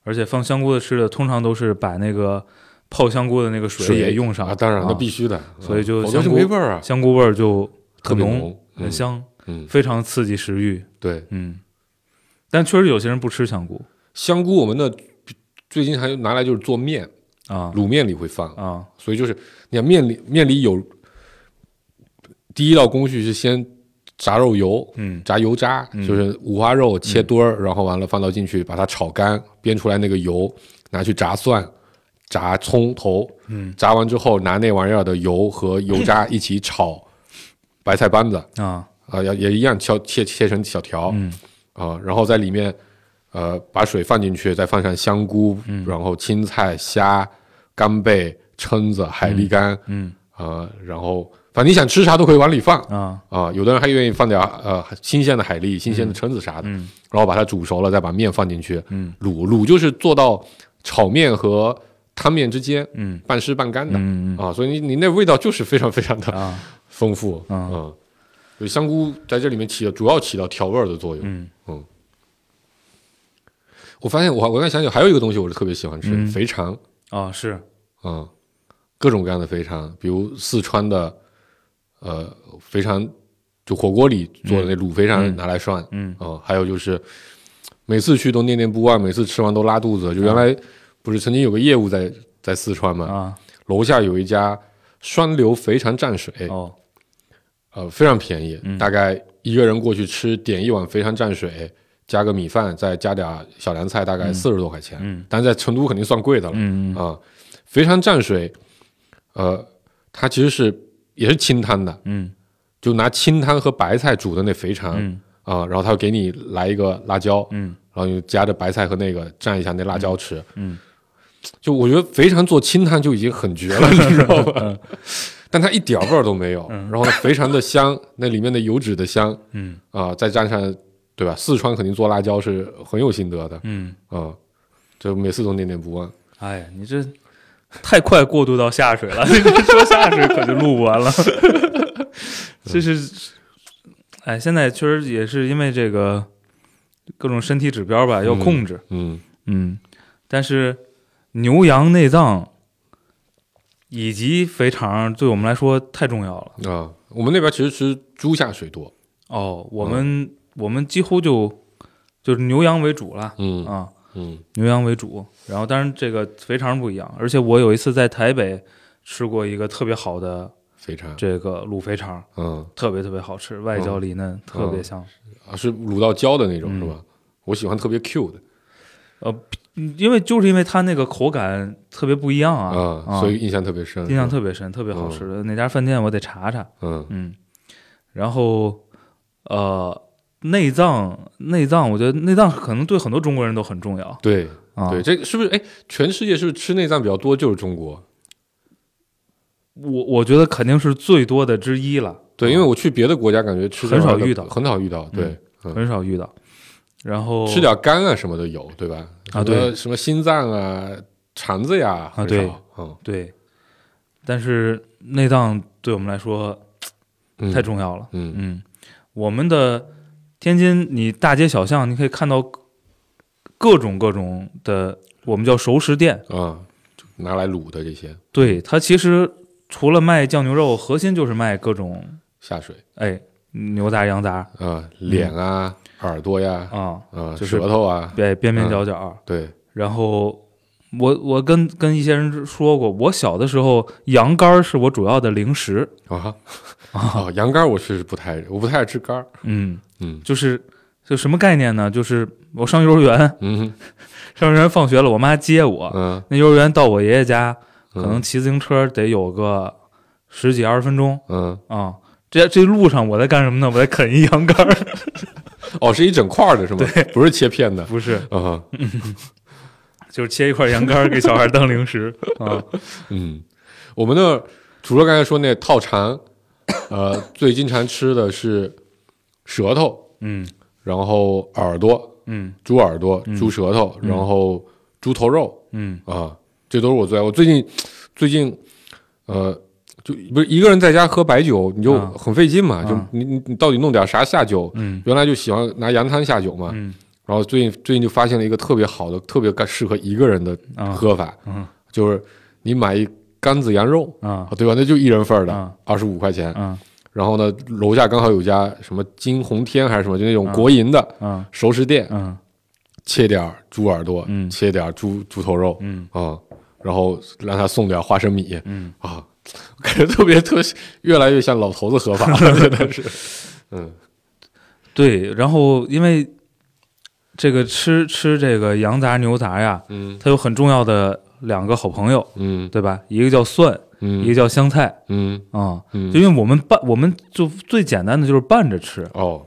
而且放香菇的吃的通常都是把那个泡香菇的那个水也用上。啊，当然那啊必须的，所以就好多就香菇没味儿啊，香菇味儿就特很别浓、浓，嗯很香，嗯，非常刺激食欲。对，嗯，但确实有些人不吃香菇香菇我们那最近还拿来就是做面，啊卤面里会放，啊所以就是你看面里面里有第一道工序是先炸肉油，嗯炸油渣，就是五花肉切墩儿，然后完了放到进去，把它炒干，煸出来那个油拿去炸蒜，炸葱头，嗯炸完之后拿那玩意儿的油和油渣一起炒白菜班子啊，啊，也也一样敲切切成小条，嗯啊，然后在里面呃把水放进去，再放上香菇，嗯然后青菜、虾、干贝、蛏子、海蛎干啊、嗯然后反正你想吃啥都可以往里放啊，啊，有的人还愿意放点呃新鲜的海蛎、新鲜的蛏子啥的，嗯然后把它煮熟了，再把面放进去，嗯卤卤就是做到炒面和汤面之间嗯半湿半干的。嗯嗯啊，所以你你那味道就是非常非常的啊， 丰富，嗯嗯，所以香菇在这里面起了主要起到调味儿的作用。嗯我发现我我刚才想起还有一个东西我是特别喜欢吃，嗯肥肠啊是，啊、嗯各种各样的肥肠，比如四川的呃肥肠，就火锅里做的那卤肥肠拿来涮，嗯啊，还有就是每次去都念念不忘，每次吃完都拉肚子。就嗯原来不是曾经有个业务在在四川嘛，啊楼下有一家双流肥肠蘸水，哦呃，非常便嗯宜，大概一个人过去吃，点一碗肥肠蘸水，加个米饭，再加点小凉菜，大概四十多块钱。嗯但是在成都肯定算贵的了啊、嗯嗯肥肠蘸水，呃，它其实是也是清汤的，嗯就拿清汤和白菜煮的那肥肠啊、嗯然后它给你来一个辣椒，嗯然后你夹着白菜和那个蘸一下那辣椒吃。嗯就我觉得肥肠做清汤就已经很绝 了，你知道嗯吧？但它一点味儿都没有。然后呢，肥肠的香，那里面的油脂的香嗯啊、再蘸上对吧？四川肯定做辣椒是很有心得的嗯，啊、就每次都念念不忘。哎呀，你这太快过渡到下水了， 你这说下水可就录不 完了。这是，哎，现在确实也是因为这个各种身体指标吧要控制，嗯嗯，但是牛羊内脏以及肥肠对我们来说太重要了。啊、我们那边其实吃猪下水多。哦，我们、我们几乎就就是牛羊为主了、嗯啊，嗯牛羊为主。然后当然这个肥肠不一样，而且我有一次在台北吃过一个特别好的肥肠，这个卤肥肠，嗯特别特别好吃，外焦里嫩，特别香。啊是卤到焦的那种、是吧？我喜欢特别 Q 的哦嗯，因为就是因为它那个口感特别不一样啊，啊所以嗯印象特别深。印象是吧特别深，特别好吃。哪家饭店我得查查。嗯嗯，然后呃，内脏内脏，我觉得内脏可能对很多中国人都很重要对啊。对，，这个是不是？哎，全世界是不是吃内脏比较多就是中国？我我觉得肯定是最多的之一了，对，因为我去别的国家，感觉吃这啊很少玩意儿遇到很少遇到。对，嗯很少遇到。然后吃点肝啊什么的有，对吧？啊什么对啊什么心脏啊、肠子呀，很对少，嗯对，但是内脏对我们来说嗯，太重要了。嗯嗯，我们的天津，你大街小巷你可以看到各种各种的，我们叫熟食店。啊，就拿来卤的这些对，它其实除了卖酱牛肉，核心就是卖各种下水哎牛杂、羊杂啊，脸啊、耳朵呀、啊，啊、就是舌头啊，对，边边角角。对，然后我我跟跟一些人说过，我小的时候羊肝儿是我主要的零食。啊啊，羊肝我是不太，我不太爱吃肝儿，嗯，嗯就是就什么概念呢？就是我上幼儿园，嗯上幼儿园放学了，我妈接我，嗯那幼儿园到我爷爷家，可能嗯骑自行车得有个十几二十分钟嗯，啊。这这路上我在干什么呢？我在啃一羊肝儿，哦，是一整块儿的是吗？不是切片的不是，啊，就是切一块羊肝儿给小孩当零食啊。嗯，我们的除了刚才说那套肠，呃，最经常吃的是舌头，嗯然后耳朵，嗯猪耳朵、猪舌头，然后猪头肉嗯啊，这都是我最爱。我最近最近呃，就不是一个人在家喝白酒，你就啊很费劲嘛，就啊你你你到底弄点啥下酒？嗯原来就喜欢拿羊汤下酒嘛，嗯然后最近最近就发现了一个特别好的、特别干适合一个人的啊喝法，啊就是你买一杆子羊肉，啊对吧？那就一人份儿的啊，二十五块钱。啊然后呢，楼下刚好有家什么金鸿天还是什么，就那种国营的啊熟食店，啊切点儿猪耳朵，嗯切点儿猪猪头肉嗯啊、然后让他送点儿花生米嗯，啊，我感觉特别特越来越像老头子喝法了，真的 是，嗯对。然后因为这个吃吃这个羊杂牛杂呀，嗯它有很重要的两个好朋友，嗯对吧？一个叫蒜，嗯一个叫香菜嗯啊、嗯就因为我们拌，我们就最简单的就是拌着吃，哦，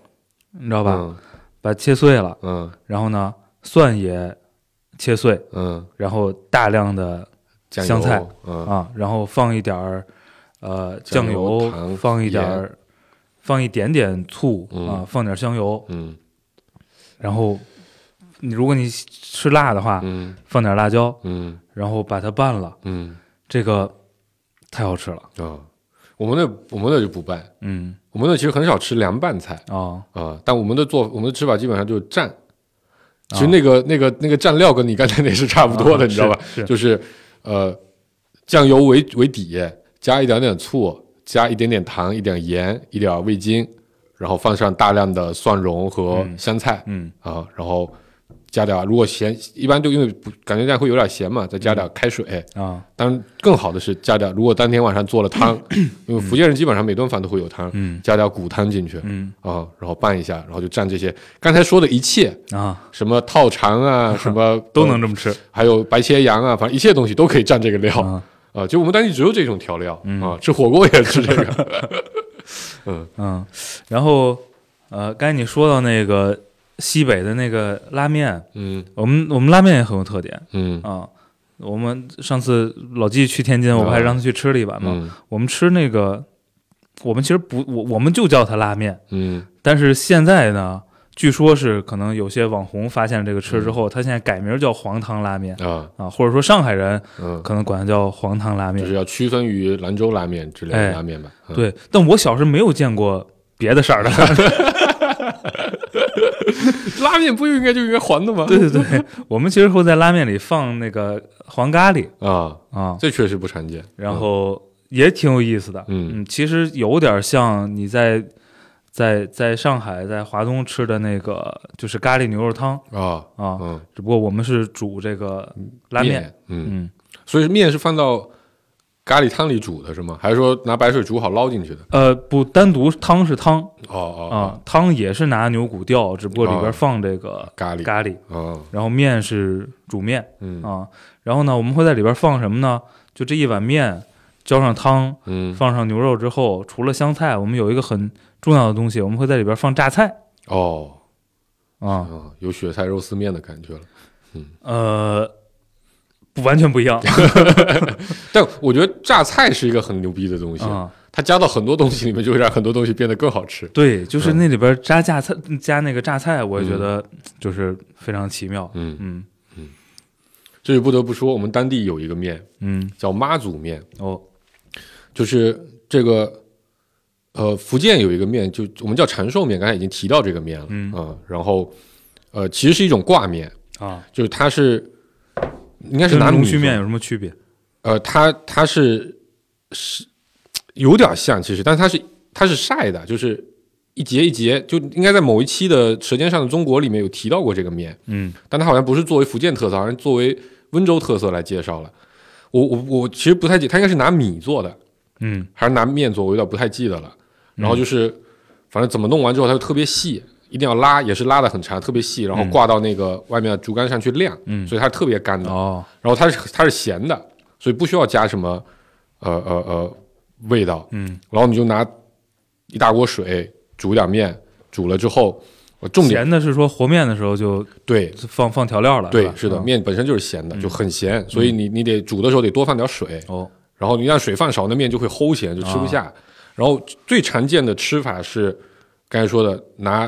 你知道好吧？把它切碎了，嗯然后呢，蒜也切碎，嗯，然后大量的酱油香菜，嗯啊，然后放一点儿呃酱酱油油糖，放一点盐儿，放一点点醋嗯啊，放点儿香油，嗯然后你如果你吃辣的话，嗯放点辣椒，嗯然后把它拌了，嗯这个太好吃了。啊，我们那我们那就不拌，嗯我们那其实很少吃凉拌菜哦，啊，但我们的做我们的吃法基本上就是蘸，其实那个那个那个蘸料跟你刚才那是差不多的，啊你知道吧？是是就是呃，酱油为为底，加一点点醋，加一点点糖，一点盐，一点味精，然后放上大量的蒜蓉和香菜、嗯啊，然后加点如果咸，一般就因为不感觉这样会有点咸嘛，再加点开水。啊当然，更好的是加点，如果当天晚上做 了汤，因为福建人基本上每顿饭都会有汤，嗯加点骨汤进去，嗯啊，然后拌一下，然后就蘸这些刚才说的一切，啊，什么套 肠啊，什么都能这么吃。还有白切羊啊，反正一切东西都可以蘸这个料啊啊、就我们当地只有这种调料啊、吃火锅也吃这个。嗯，然后呃，刚才你说到那个西北的那个拉面，嗯我们我们拉面也很有特点嗯啊。我们上次老纪去天津，我不还啊让他去吃了一碗吗？嗯我们吃那个，我们其实不，我我们就叫它拉面，嗯但是现在呢，据说是可能有些网红发现这个吃嗯之后，他现在改名叫黄汤拉面啊啊，或者说上海人嗯，可能管它叫黄汤拉就是面。要区分于兰州拉面之类的哎拉面吧。嗯，对，但我小时候没有见过别的色儿的拉面。拉面不就应该就应该黄的吗？对对 对，我们其实会在拉面里放那个黄咖喱啊，啊，这确实不常见。然后也挺有意思的。嗯嗯，其实有点像你在在在上海在华东吃的那个，就是咖喱牛肉汤啊啊，嗯，只不过我们是煮这个拉面。面嗯，嗯，所以面是放到咖喱汤里煮的是吗？还是说拿白水煮好捞进去的？呃，不，单独汤是汤哦哦啊、，汤也是拿牛骨吊，只不过里啊边放这个咖喱咖喱，哦然后面是煮面嗯啊。然后呢，我们会在里边放什么呢？就这一碗面，浇上汤，嗯放上牛肉之后，除了香菜，我们有一个很重要的东西，我们会在里边放榨菜哦啊。啊，有雪菜肉丝面的感觉了。呃，不完全不一样但我觉得榨菜是一个很牛逼的东西，啊。它加到很多东西里面，就会让很多东西变得更好吃。对，就是那里边加榨菜，加那个榨菜，我也觉得就是非常奇妙。嗯嗯这就不得不说，我们当地有一个面嗯，叫妈祖面，哦，就是这个，呃，福建有一个面，就我们叫长寿面，刚才已经提到这个面了，嗯啊然后，呃，其实是一种挂面，啊，就是它是应该跟是拿龙米须面做有什么区别？呃，它它是是有点像，其实，但是它是它是晒的，就是一节一节，就应该在某一期的《舌尖上的中国》里面有提到过这个面，嗯但它好像不是作为福建特色，好像作为温州特色来介绍了。我我我其实不太记，它应该是拿米做的嗯还是拿面做，我有点不太记得了。然后就是，反正怎么弄完之后，它就特别细，一定要拉，也是拉的很长，特别细，然后挂到那个外面的竹竿上去晾，嗯所以它是特别干的。哦然后它是它是咸的，所以不需要加什么呃呃呃味道。嗯，然后你就拿一大锅水煮点面，煮了之后，呃重点咸的是说和面的时候就对放放调料了，对吧是的，嗯面本身就是咸的，就很咸，所以你你得煮的时候得多放点水，哦然后你让水放少，那面就会齁咸，就吃不啊下。然后最常见的吃法是刚才说的拿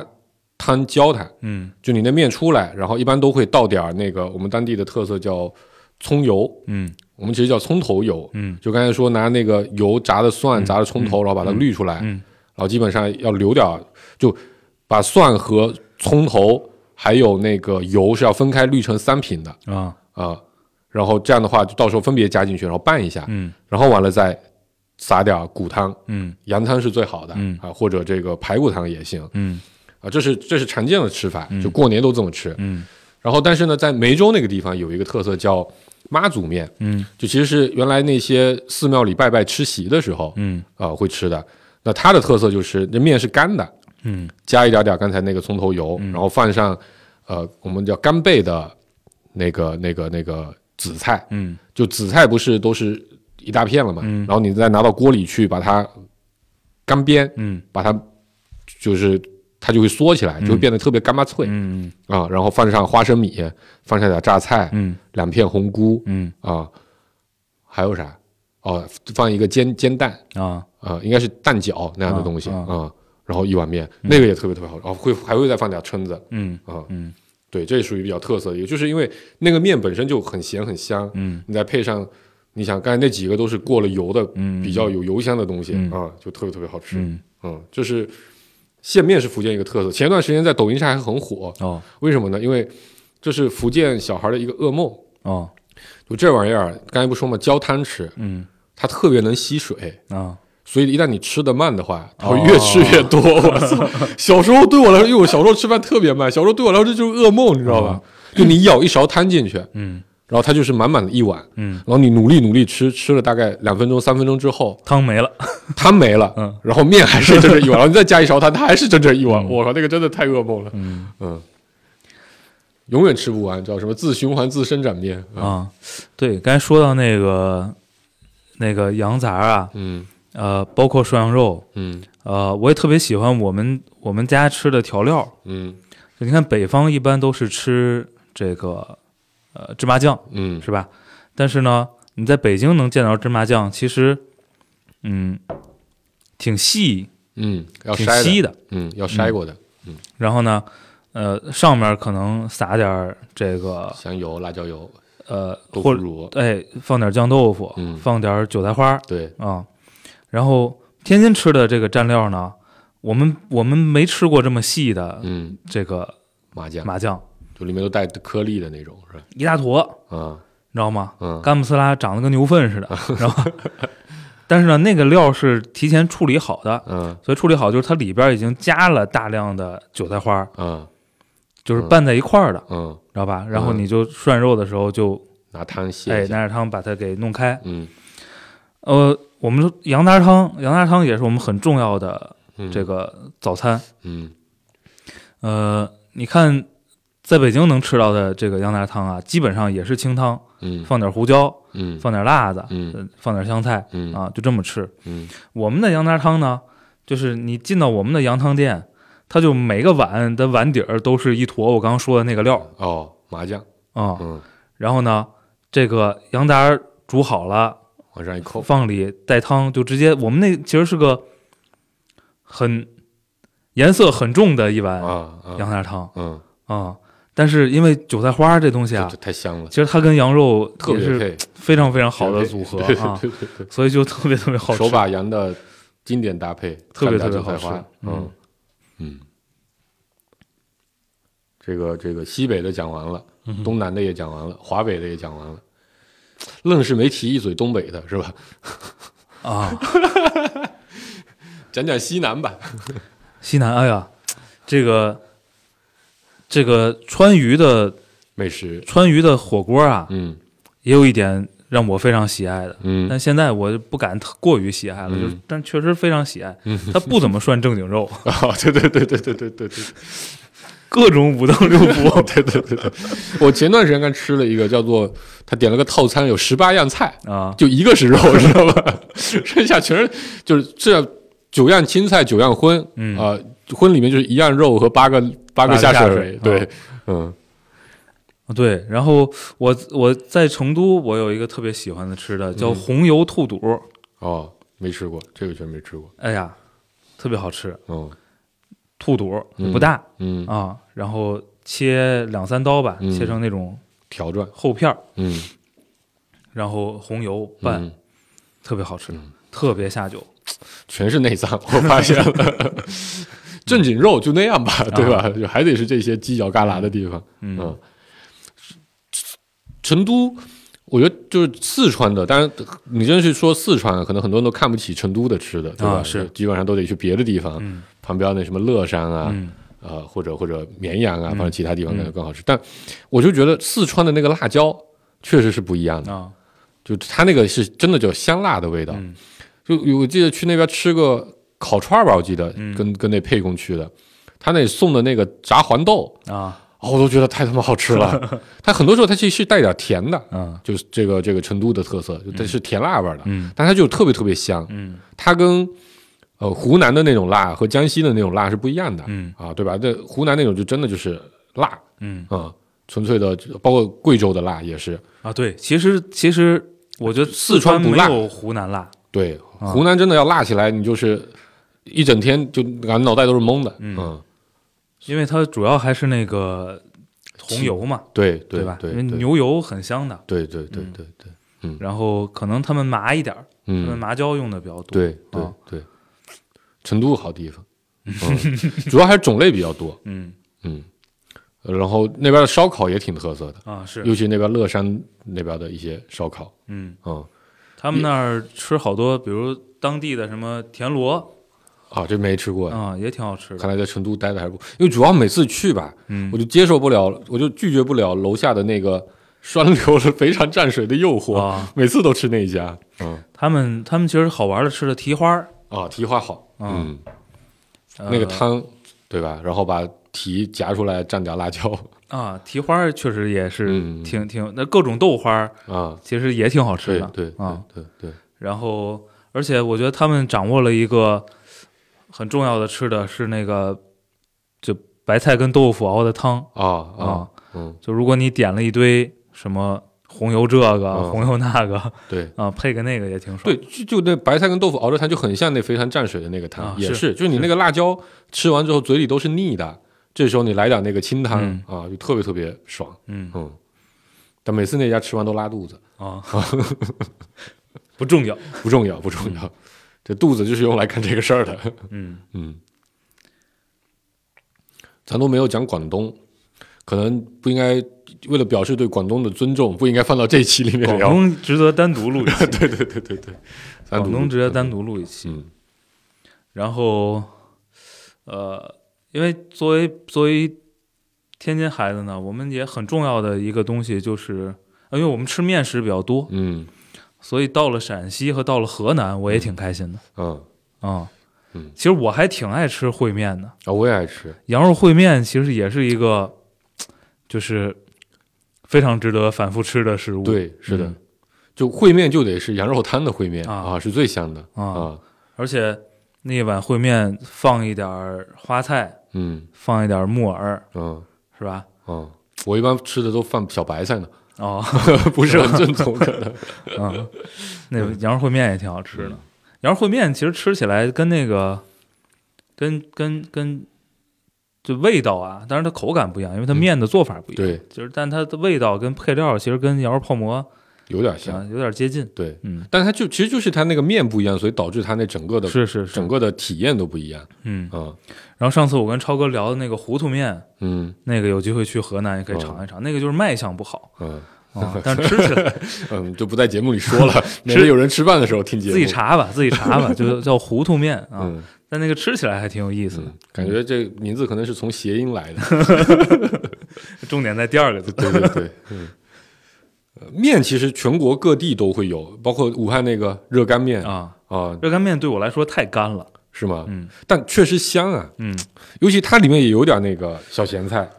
汤浇它，嗯就你那面出来，然后一般都会倒点儿那个我们当地的特色叫葱油，嗯我们其实叫葱头油，嗯就刚才说拿那个油炸的蒜、炸的葱头，然后把它滤出来，嗯然后基本上要留点儿，就把蒜和葱头还有那个油是要分开滤成三品的啊啊、然后这样的话就到时候分别加进去，然后拌一下，嗯然后完了再撒点儿骨汤，嗯羊汤是最好的，嗯啊，或者这个排骨汤也行嗯啊，这是这是常见的吃法，就过年都这么吃。嗯然后但是呢，在梅州那个地方有一个特色叫妈祖面，嗯就其实是原来那些寺庙里拜拜吃席的时候，嗯啊、会吃的。那它的特色就是那面是干的，嗯加一点点刚才那个葱头油，然后放上呃我们叫干贝的那个那个那个紫菜，嗯就紫菜不是都是一大片了嘛，嗯然后你再拿到锅里去把它干煸，嗯把它就是它就会缩起来，就会变得特别干巴脆、嗯啊。然后放上花生米，放上点榨菜，嗯两片红菇嗯啊，还有啥？哦，放一个煎煎蛋啊啊，应该是蛋饺那样的东西啊啊。然后一碗面，那个也特别特别好吃，哦，会还会再放点蛏子嗯啊，嗯对，这属于比较特色的一个，就是因为那个面本身就很咸很香，嗯你再配上，你想刚才那几个都是过了油的，嗯比较有油香的东西、嗯啊，就特别特别好吃。嗯嗯，这是线面是福建一个特色。前段时间在抖音上还很火，哦为什么呢？因为这是福建小孩的一个噩梦。哦就这玩意儿，刚才不说嘛，焦贪吃，嗯它特别能吸水，啊所以一旦你吃的慢的话，它会哦越吃越多。我操！小时候对我来说，因为我小时候吃饭特别慢，小时候对我来说这就是噩梦，你知道吧？就你舀一勺汤进去，哦嗯然后它就是满满的一碗，嗯然后你努力努力吃，吃了大概两分钟、三分钟之后，汤没了汤没了，嗯然后面还是整 整一碗，然后你再加一勺汤，它还是整整一碗，我靠，那个真的太噩梦了，嗯永远吃不完，叫什么自循环自生长面啊，啊对，刚才说到那个那个羊杂啊，嗯呃，包括涮羊肉，嗯呃，我也特别喜欢我们我们家吃的调料。嗯就你看北方一般都是吃这个呃芝麻酱嗯是吧？但是呢，你在北京能见到芝麻酱，其实嗯挺细嗯，要挺筛稀的，的。嗯，要筛过的，然后呢，呃，上面可能撒点儿这个香油、辣椒油、呃豆腐或者乳，哎放点儿酱豆腐，嗯放点儿韭菜花，对，啊，然后天津吃的这个蘸料呢，我们我们没吃过这么细的嗯，这个麻酱，呃麻酱，就里面都带颗粒的那种，是吧？一大坨，啊，你知道吗？嗯干不呲啦长得跟牛粪似的，然后， 但是呢，那个料是提前处理好的，嗯所以处理好就是它里边已经加了大量的韭菜花，嗯就是拌在一块儿的，嗯，知道吧？然后嗯你就涮肉的时候就拿汤哎卸一下，拿点汤把它给弄开。嗯呃，我们说羊杂汤，羊杂汤也是我们很重要的嗯，这个早餐。嗯呃，你看，在北京能吃到的这个羊杂汤啊，基本上也是清汤，嗯放点胡椒，嗯放点辣子，嗯呃放点香菜嗯啊，就这么吃。嗯我们的羊杂汤呢，就是你进到我们的羊汤店，它就每个碗的碗底儿都是一坨我刚刚说的那个料儿哦，麻酱，啊、嗯，然后呢，这个羊杂儿煮好了，往上一扣，放里带汤，就直接我们那其实是个很颜色很重的一碗啊羊啊，杂汤。嗯，啊、但是因为韭菜花这东西这啊这，太香了，其实它跟羊肉特也别是配，非常非常好的组合对啊，对对对所以就特别特别好对，吃手。把羊的经典搭配，特别蘸大特别韭菜好花吃嗯嗯，这个这个西北的讲完了，嗯东南的也讲完了，华北的也讲完了。愣是没提一嘴东北的是吧？ 啊！讲讲西南吧。西南，哎呀，这个这个川渝的美食，川渝的火锅啊，嗯也有一点让我非常喜爱的，嗯但现在我不敢特过于喜爱了，嗯就是但确实非常喜爱。它不怎么涮正经肉， 啊，对对对对对对对对， 各种五脏六腑对对对对。我前段时间刚吃了一个叫做，他点了个套餐，有十八样菜，啊，就一个是肉， 知道吧？剩下全是就是这九样青菜，九样荤，嗯啊、荤里面就是一样肉和八个八八个个下下水水，对，嗯对。然后我我在成都，我有一个特别喜欢的吃的，嗯叫红油兔肚。哦，没吃过，这个全没吃过，哎呀，特别好吃，嗯兔肚嗯不大、嗯，啊，然后切两三刀吧，嗯切成那种条状，厚片儿，嗯，然后红油拌，嗯特别好吃，嗯特别下酒。全是内脏，我发现 了。正经肉就那样吧，对吧？就还得是这些犄角旮旯的地方。啊嗯嗯，成都，我觉得就是四川的，当然你真是说四川，可能很多人都看不起成都的吃的，对吧？啊是基本上都得去别的地方，嗯旁边那什么乐山啊，嗯呃，或者或者绵阳啊，反正其他地方可能更好吃。但我就觉得四川的那个辣椒确实是不一样的，啊就它那个是真的叫香辣的味道。嗯就我记得去那边吃个烤串儿吧，我记得嗯跟跟那沛公去的，他那送的那个炸黄豆。啊哦，我都觉得太他妈好 吃了。它很多时候它其实是带点甜的，啊，就是这个这个成都的特色，就它是甜辣味儿的，嗯但它就特别特别香。嗯它跟呃湖南的那种辣和江西的那种辣是不一样的，嗯啊，对吧？这湖南那种就真的就是辣嗯啊、嗯纯粹的，包括贵州的辣也是。啊，对，其实其实我觉得四川川不没辣有湖南辣，对，啊湖南真的要辣起来，你就是一整天就感觉脑袋都是懵的。嗯嗯，因为它主要还是那个红油嘛，对对吧？因为对对牛嗯油很香的，对对对对对，然后可能他们麻一点儿，他们嗯，麻椒用的比较多。对对啊对，成都好地方，嗯， 主要还是种类比较多，嗯嗯，呃然后那边的烧烤也挺特色的，啊是，尤其那边乐山那边的一些烧烤，嗯，嗯，他们那儿吃好多，比如当地的什么田螺啊，这没吃过，啊，也挺好吃的。看来在成都待的还不，因为主要每次去吧，嗯我就接受不了，我就拒绝不了楼下的那个 栓流的肥肠蘸水的诱惑，啊 每次都吃那一家，嗯，他们他们其实好玩的吃的蹄花儿，啊，蹄花好，啊嗯，呃那个汤，对吧？然后把蹄夹出来蘸点辣 椒，啊，蹄花儿确实也是嗯挺挺，那各种豆花儿啊，其实也挺好吃对的。对对啊，对对，然后而且我觉得他们掌握了一个很重要的吃的是那个就白菜跟豆腐熬的汤啊啊，嗯，就如果你点了一堆什么红油这个、嗯红油那个对。啊，配个那个也挺爽。对，就就那白菜跟豆腐熬着汤，就很像那肥肠蘸水的那个汤，啊也是是，就是你那个辣椒吃完之后嘴里都是腻的，这时候你来点那个清汤、嗯啊，就特别特别爽，嗯嗯。但每次那家吃完都拉肚子， 啊，不重要。不重要，不重要，这肚子就是用来干这个事儿的，嗯嗯，咱都没有讲广东，可能不应该为了表示对广东的尊重，不应该放到这一期里面广聊。东值得单独录一期， 对对对对对，单独广东值得单独录一期。嗯然后，呃，因为作为作为天津孩子呢，我们也很重要的一个东西就是，呃因为我们吃面食比较多，嗯所以到了陕西和到了河南，我也挺开心的嗯啊。嗯其实我还挺爱吃烩面的，啊，我也爱吃，羊肉烩面其实也是一个，就是非常值得反复吃的食物。对，是的嗯，就烩面就得是羊肉摊的烩面啊啊，是最香的啊，啊，而且那一碗烩面放一点儿花菜，嗯放一点儿木耳，嗯是吧？嗯，我一般吃的都放小 白菜呢，哦，不是很正宗，可能嗯，那羊肉烩面也挺好吃嗯的。羊肉烩面其实吃起来跟那个，跟跟跟，就味道啊，当然它口感不一样，因为它嗯面的做法不一样。 对，就是但它的味道跟配料其实跟羊肉泡馍有点像，啊有点接近。对，嗯，但它就其实就是它那个面不一样，所以导致它那整个的是是是整，个的体验都不一样嗯。啊，然后上次我跟超哥聊的那个糊涂面，嗯。那个有机会去河南也可以嗯尝一尝，那个就是卖相不好嗯啊，但是吃起 来嗯，就不在节目里说 了，免得有人吃饭的时候听节目。自己查吧，自己查吧，就叫糊涂面啊。嗯但那个吃起来还挺有意思的嗯，，感觉这名字可能是从谐音 来的。嗯重点在第二个字。对对对，嗯，呃面其实全国各地都会有，包括武汉那个热干面啊啊，热干面对我来说太干了。是吗？嗯但确实香啊，嗯，尤其它里面也有点那个小咸菜，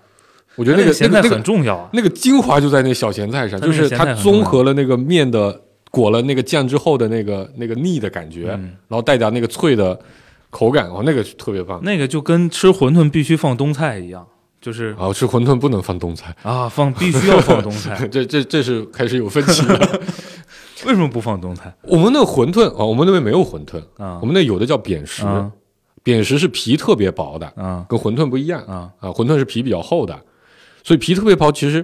我觉得那那个咸菜那个那很个重要啊。那个精华就在那小咸菜上，它就那个是咸菜它很重要综合了那个面的裹了那个酱之后的那个那个腻的感觉，嗯然后带点那个脆的口感，哇，那个特别棒。那个就跟吃馄饨必须放冬菜一样，就是啊，吃馄饨不能放冬菜， 啊，放必须要放冬菜。这这这是开始有分歧了。 为什么不放冬菜我们那馄饨啊、哦我们那边没有馄饨，啊我？们那有的叫扁食，啊扁食是皮特别薄的，啊跟馄饨不一样啊啊，馄饨是皮比较厚的，所以皮特别薄。其实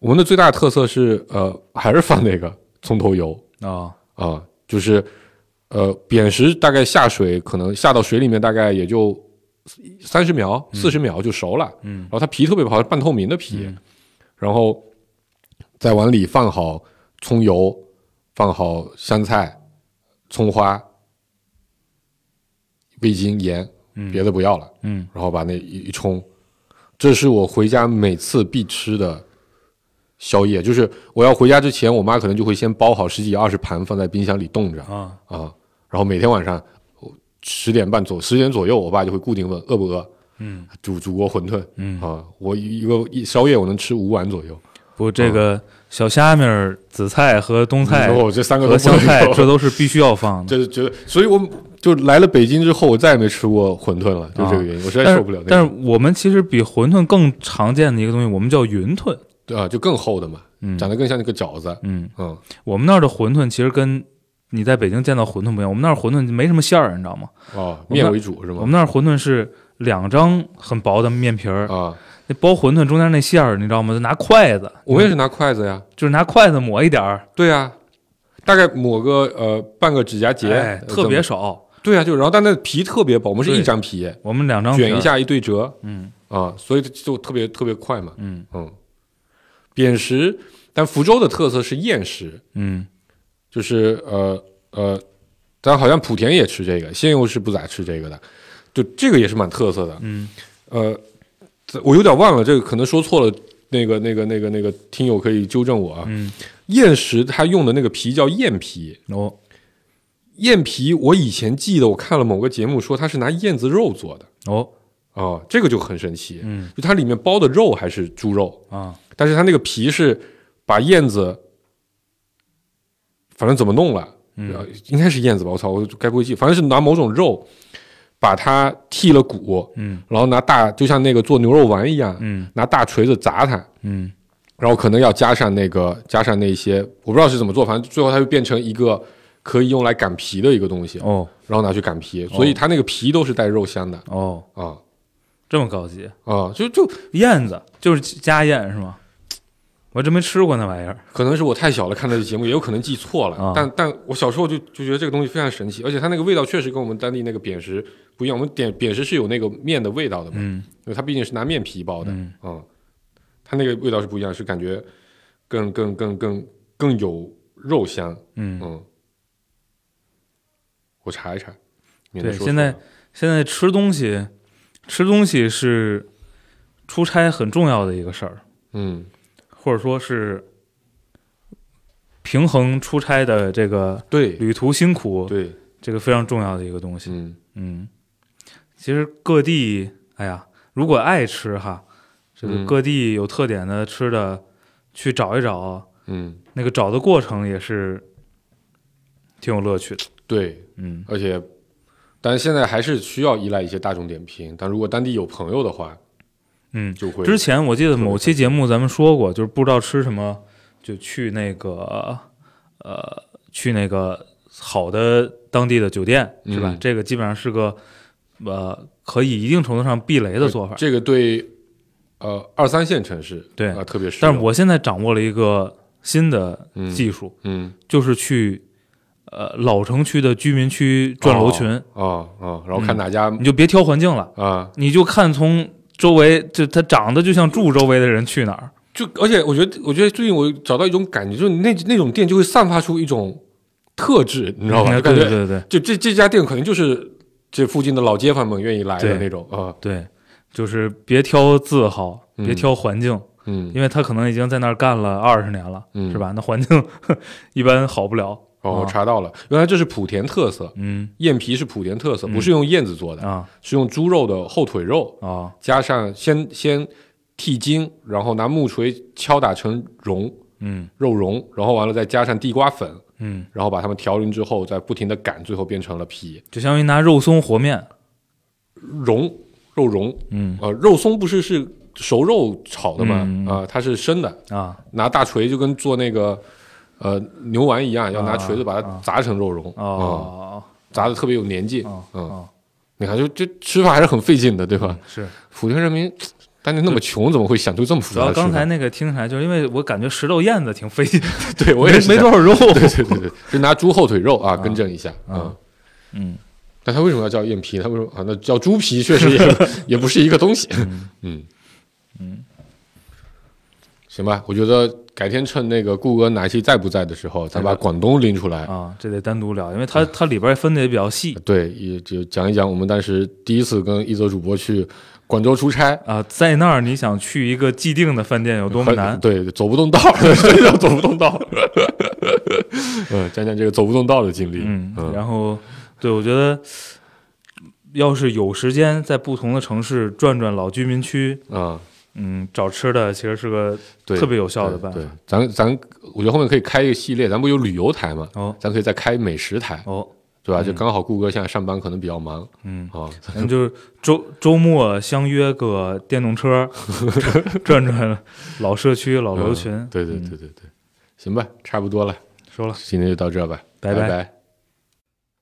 我们的最大的特色是，呃，还是放那个葱头油啊！啊，就是呃，扁食大概下水可能下到水里面大概也就三十秒、四十秒就熟了，嗯然后它皮特别薄，半透明的皮，然后在碗里放好葱油，放好香菜、葱花、味精、盐，别的不要了，嗯然后把那一一冲，这是我回家每次必吃的宵夜，就是我要回家之前，我妈可能就会先包好十几二十盘放在冰箱里冻着啊啊，然后每天晚上十点半左十点左右，我爸就会固定问饿不饿，嗯煮煮锅馄饨嗯。啊，我一一个一宵夜我能吃五碗左右，不，这个小虾米儿、紫菜和冬菜然后嗯我这三个和都不香能菜，有这都是必须要放的。 这觉得，所以我就来了北京之后，我再也没吃过馄饨了，就这个原因，我实在啊但受不了是，那个。但是我们其实比馄饨更常见的一个东西，我们叫云吞。对啊，就更厚的嘛，嗯长得更像那个饺子。嗯，嗯，我们那儿的馄饨其实跟你在北京见到馄饨不一样，我们那儿馄饨没什么馅儿，你知道吗？哦，我们那面为主是我吗们？那儿馄饨是两张很薄的面皮儿，啊，那包馄饨中间那馅儿，你知道吗？就拿筷子，我也是拿筷子呀。就是拿筷子抹一点儿，对呀，大概抹个呃半个指甲节，哎，呃特。这别么少。对啊，就然后但那皮特别薄，我们是对一张皮，我们两张皮儿啊卷一，下一对折嗯啊，所以就特别特别快嘛。嗯嗯，扁食，但福州的特色是厌食，嗯就是呃呃，但好像莆田也吃这个，仙游是不咋吃这个的，就这个也是蛮特色的。嗯呃，这我有点忘了，这个可能说错了。那个、那个、那个、那个听友可以纠正我啊。嗯，燕食它用的那个皮叫燕皮，哦，燕皮我以前记得我看了某个节目说它是拿燕子肉做的哦，哦，这个就很神奇。嗯就它里面包的肉还是猪肉，啊，但是它那个皮是把燕子，反正怎么弄了，呃嗯应该是燕子吧？我操，我该不会记，反正是拿某种肉把它剔了骨，嗯然后拿大就像那个做牛肉丸一样，嗯拿大锤子砸它，嗯然后可能要加上那个加上那一些，我不知道是怎么做，反正最后它就变成一个可以用来擀皮的一个东西，哦然后拿去擀皮，所以它那个皮都是带肉香的哦，啊这么高级，啊，就就燕子就是家燕是吗？我还真没吃过那玩意儿。可能是我太小了看这节目，也有可能记错了。啊但但我小时候就就觉得这个东西非常神奇，而且它那个味道确实跟我们当地那个扁食不一样。我们点扁食是有那个面的味道的嘛，嗯因为它毕竟是拿面皮包的，嗯嗯它那个味道是不一样，是感觉更更更更更有肉香。嗯，嗯，我查一查，免得对，说现错在了现在吃东西，吃东西是出差很重要的一个事儿，嗯或者说是平衡出差的这个对旅途辛苦，对这个非常重要的一个东西。嗯嗯，其实各地，哎呀，如果爱吃哈，这个嗯各地有特点的吃的，去找一找，嗯那个找的过程也是挺有乐趣的。对，嗯而且但现在还是需要依赖一些大众点评，但如果当地有朋友的话。嗯，就会之前我记得某期节目咱们说过，就是不知道吃什么，就去那个呃，去那个好的当地的酒店，是吧？嗯这个基本上是个呃，可以一定程度上避雷的做法。这个对呃二三线城市对啊、特别是，但是我现在掌握了一个新的嗯技术，嗯就是去呃老城区的居民区转楼群，哦哦，然后嗯看哪家你就别挑环境了，啊、你就看从周围就它长得就像住周围的人去哪儿。就而且我觉得我觉得最近我找到一种感觉，就是那那种店就会散发出一种特质，你知道吧？嗯就对感对觉对对就这这家店可能就是这附近的老街坊们愿意来的那种啊，对，就是别挑字号，嗯别挑环境，嗯因为他可能已经在那儿干了二十年了，嗯是？吧？那环境 一般好不了。哦，我啊查到了，原来这是莆田特色，嗯燕皮是莆田特色，嗯不是用燕子做的，啊是用猪肉的后腿肉，啊加上先先剔筋，然后拿木锤敲打成蓉嗯肉蓉，然后完了再加上地瓜粉，嗯，然后把它们调匀之后，再不停的擀，最后变成了皮就相当于拿肉松和面。蓉肉蓉。嗯呃，肉松不是是熟肉炒的吗？啊、嗯嗯它是生的，啊拿大锤就跟做那个呃牛丸一样，要拿啊锤子把它啊砸成肉蓉，啊、哦砸的特别有年纪。哦嗯哦你看，就这吃法还是很费劲的，对吧？是。莆田人民当年那么穷，怎么会想出这么复主要杂啊的吃刚才法？那个听起来，就是因为我感觉石头燕子挺费劲，对 我也是没这多 样少肉。对对对对，就拿猪后腿肉啊，更正一下啊。嗯嗯，那它为什么要叫燕皮？它为什么啊？那叫猪皮确实也 也不是一个东西。嗯 嗯，行吧，我觉得改天趁那个顾哥哪期在不在的时候，咱把广东拎出来。啊，这得单独聊，因为它它里边分的也比较细对，也就讲一讲我们当时第一次跟一泽主播去广州出差，啊，在那儿你想去一个既定的饭店有多么很难？对，走不动道儿， 真叫走不动道儿。嗯，讲讲这个走不动道的经历。嗯，嗯然后对我觉得要是有时间在不同的城市转转老居民区，啊，嗯，找吃的其实是个对，特别有效的办法。对，对咱咱我觉得后面可以开一个系列，咱不有旅游台吗？哦咱可以再开美食台，哦，对吧？就刚好顾哥现在上班可能比较 忙 嗯，啊，咱们就是周周末相约个电动车， 转转老社区、老楼群。嗯对对嗯对对对，行吧，差不多了，收了。今天就到这吧，拜拜拜拜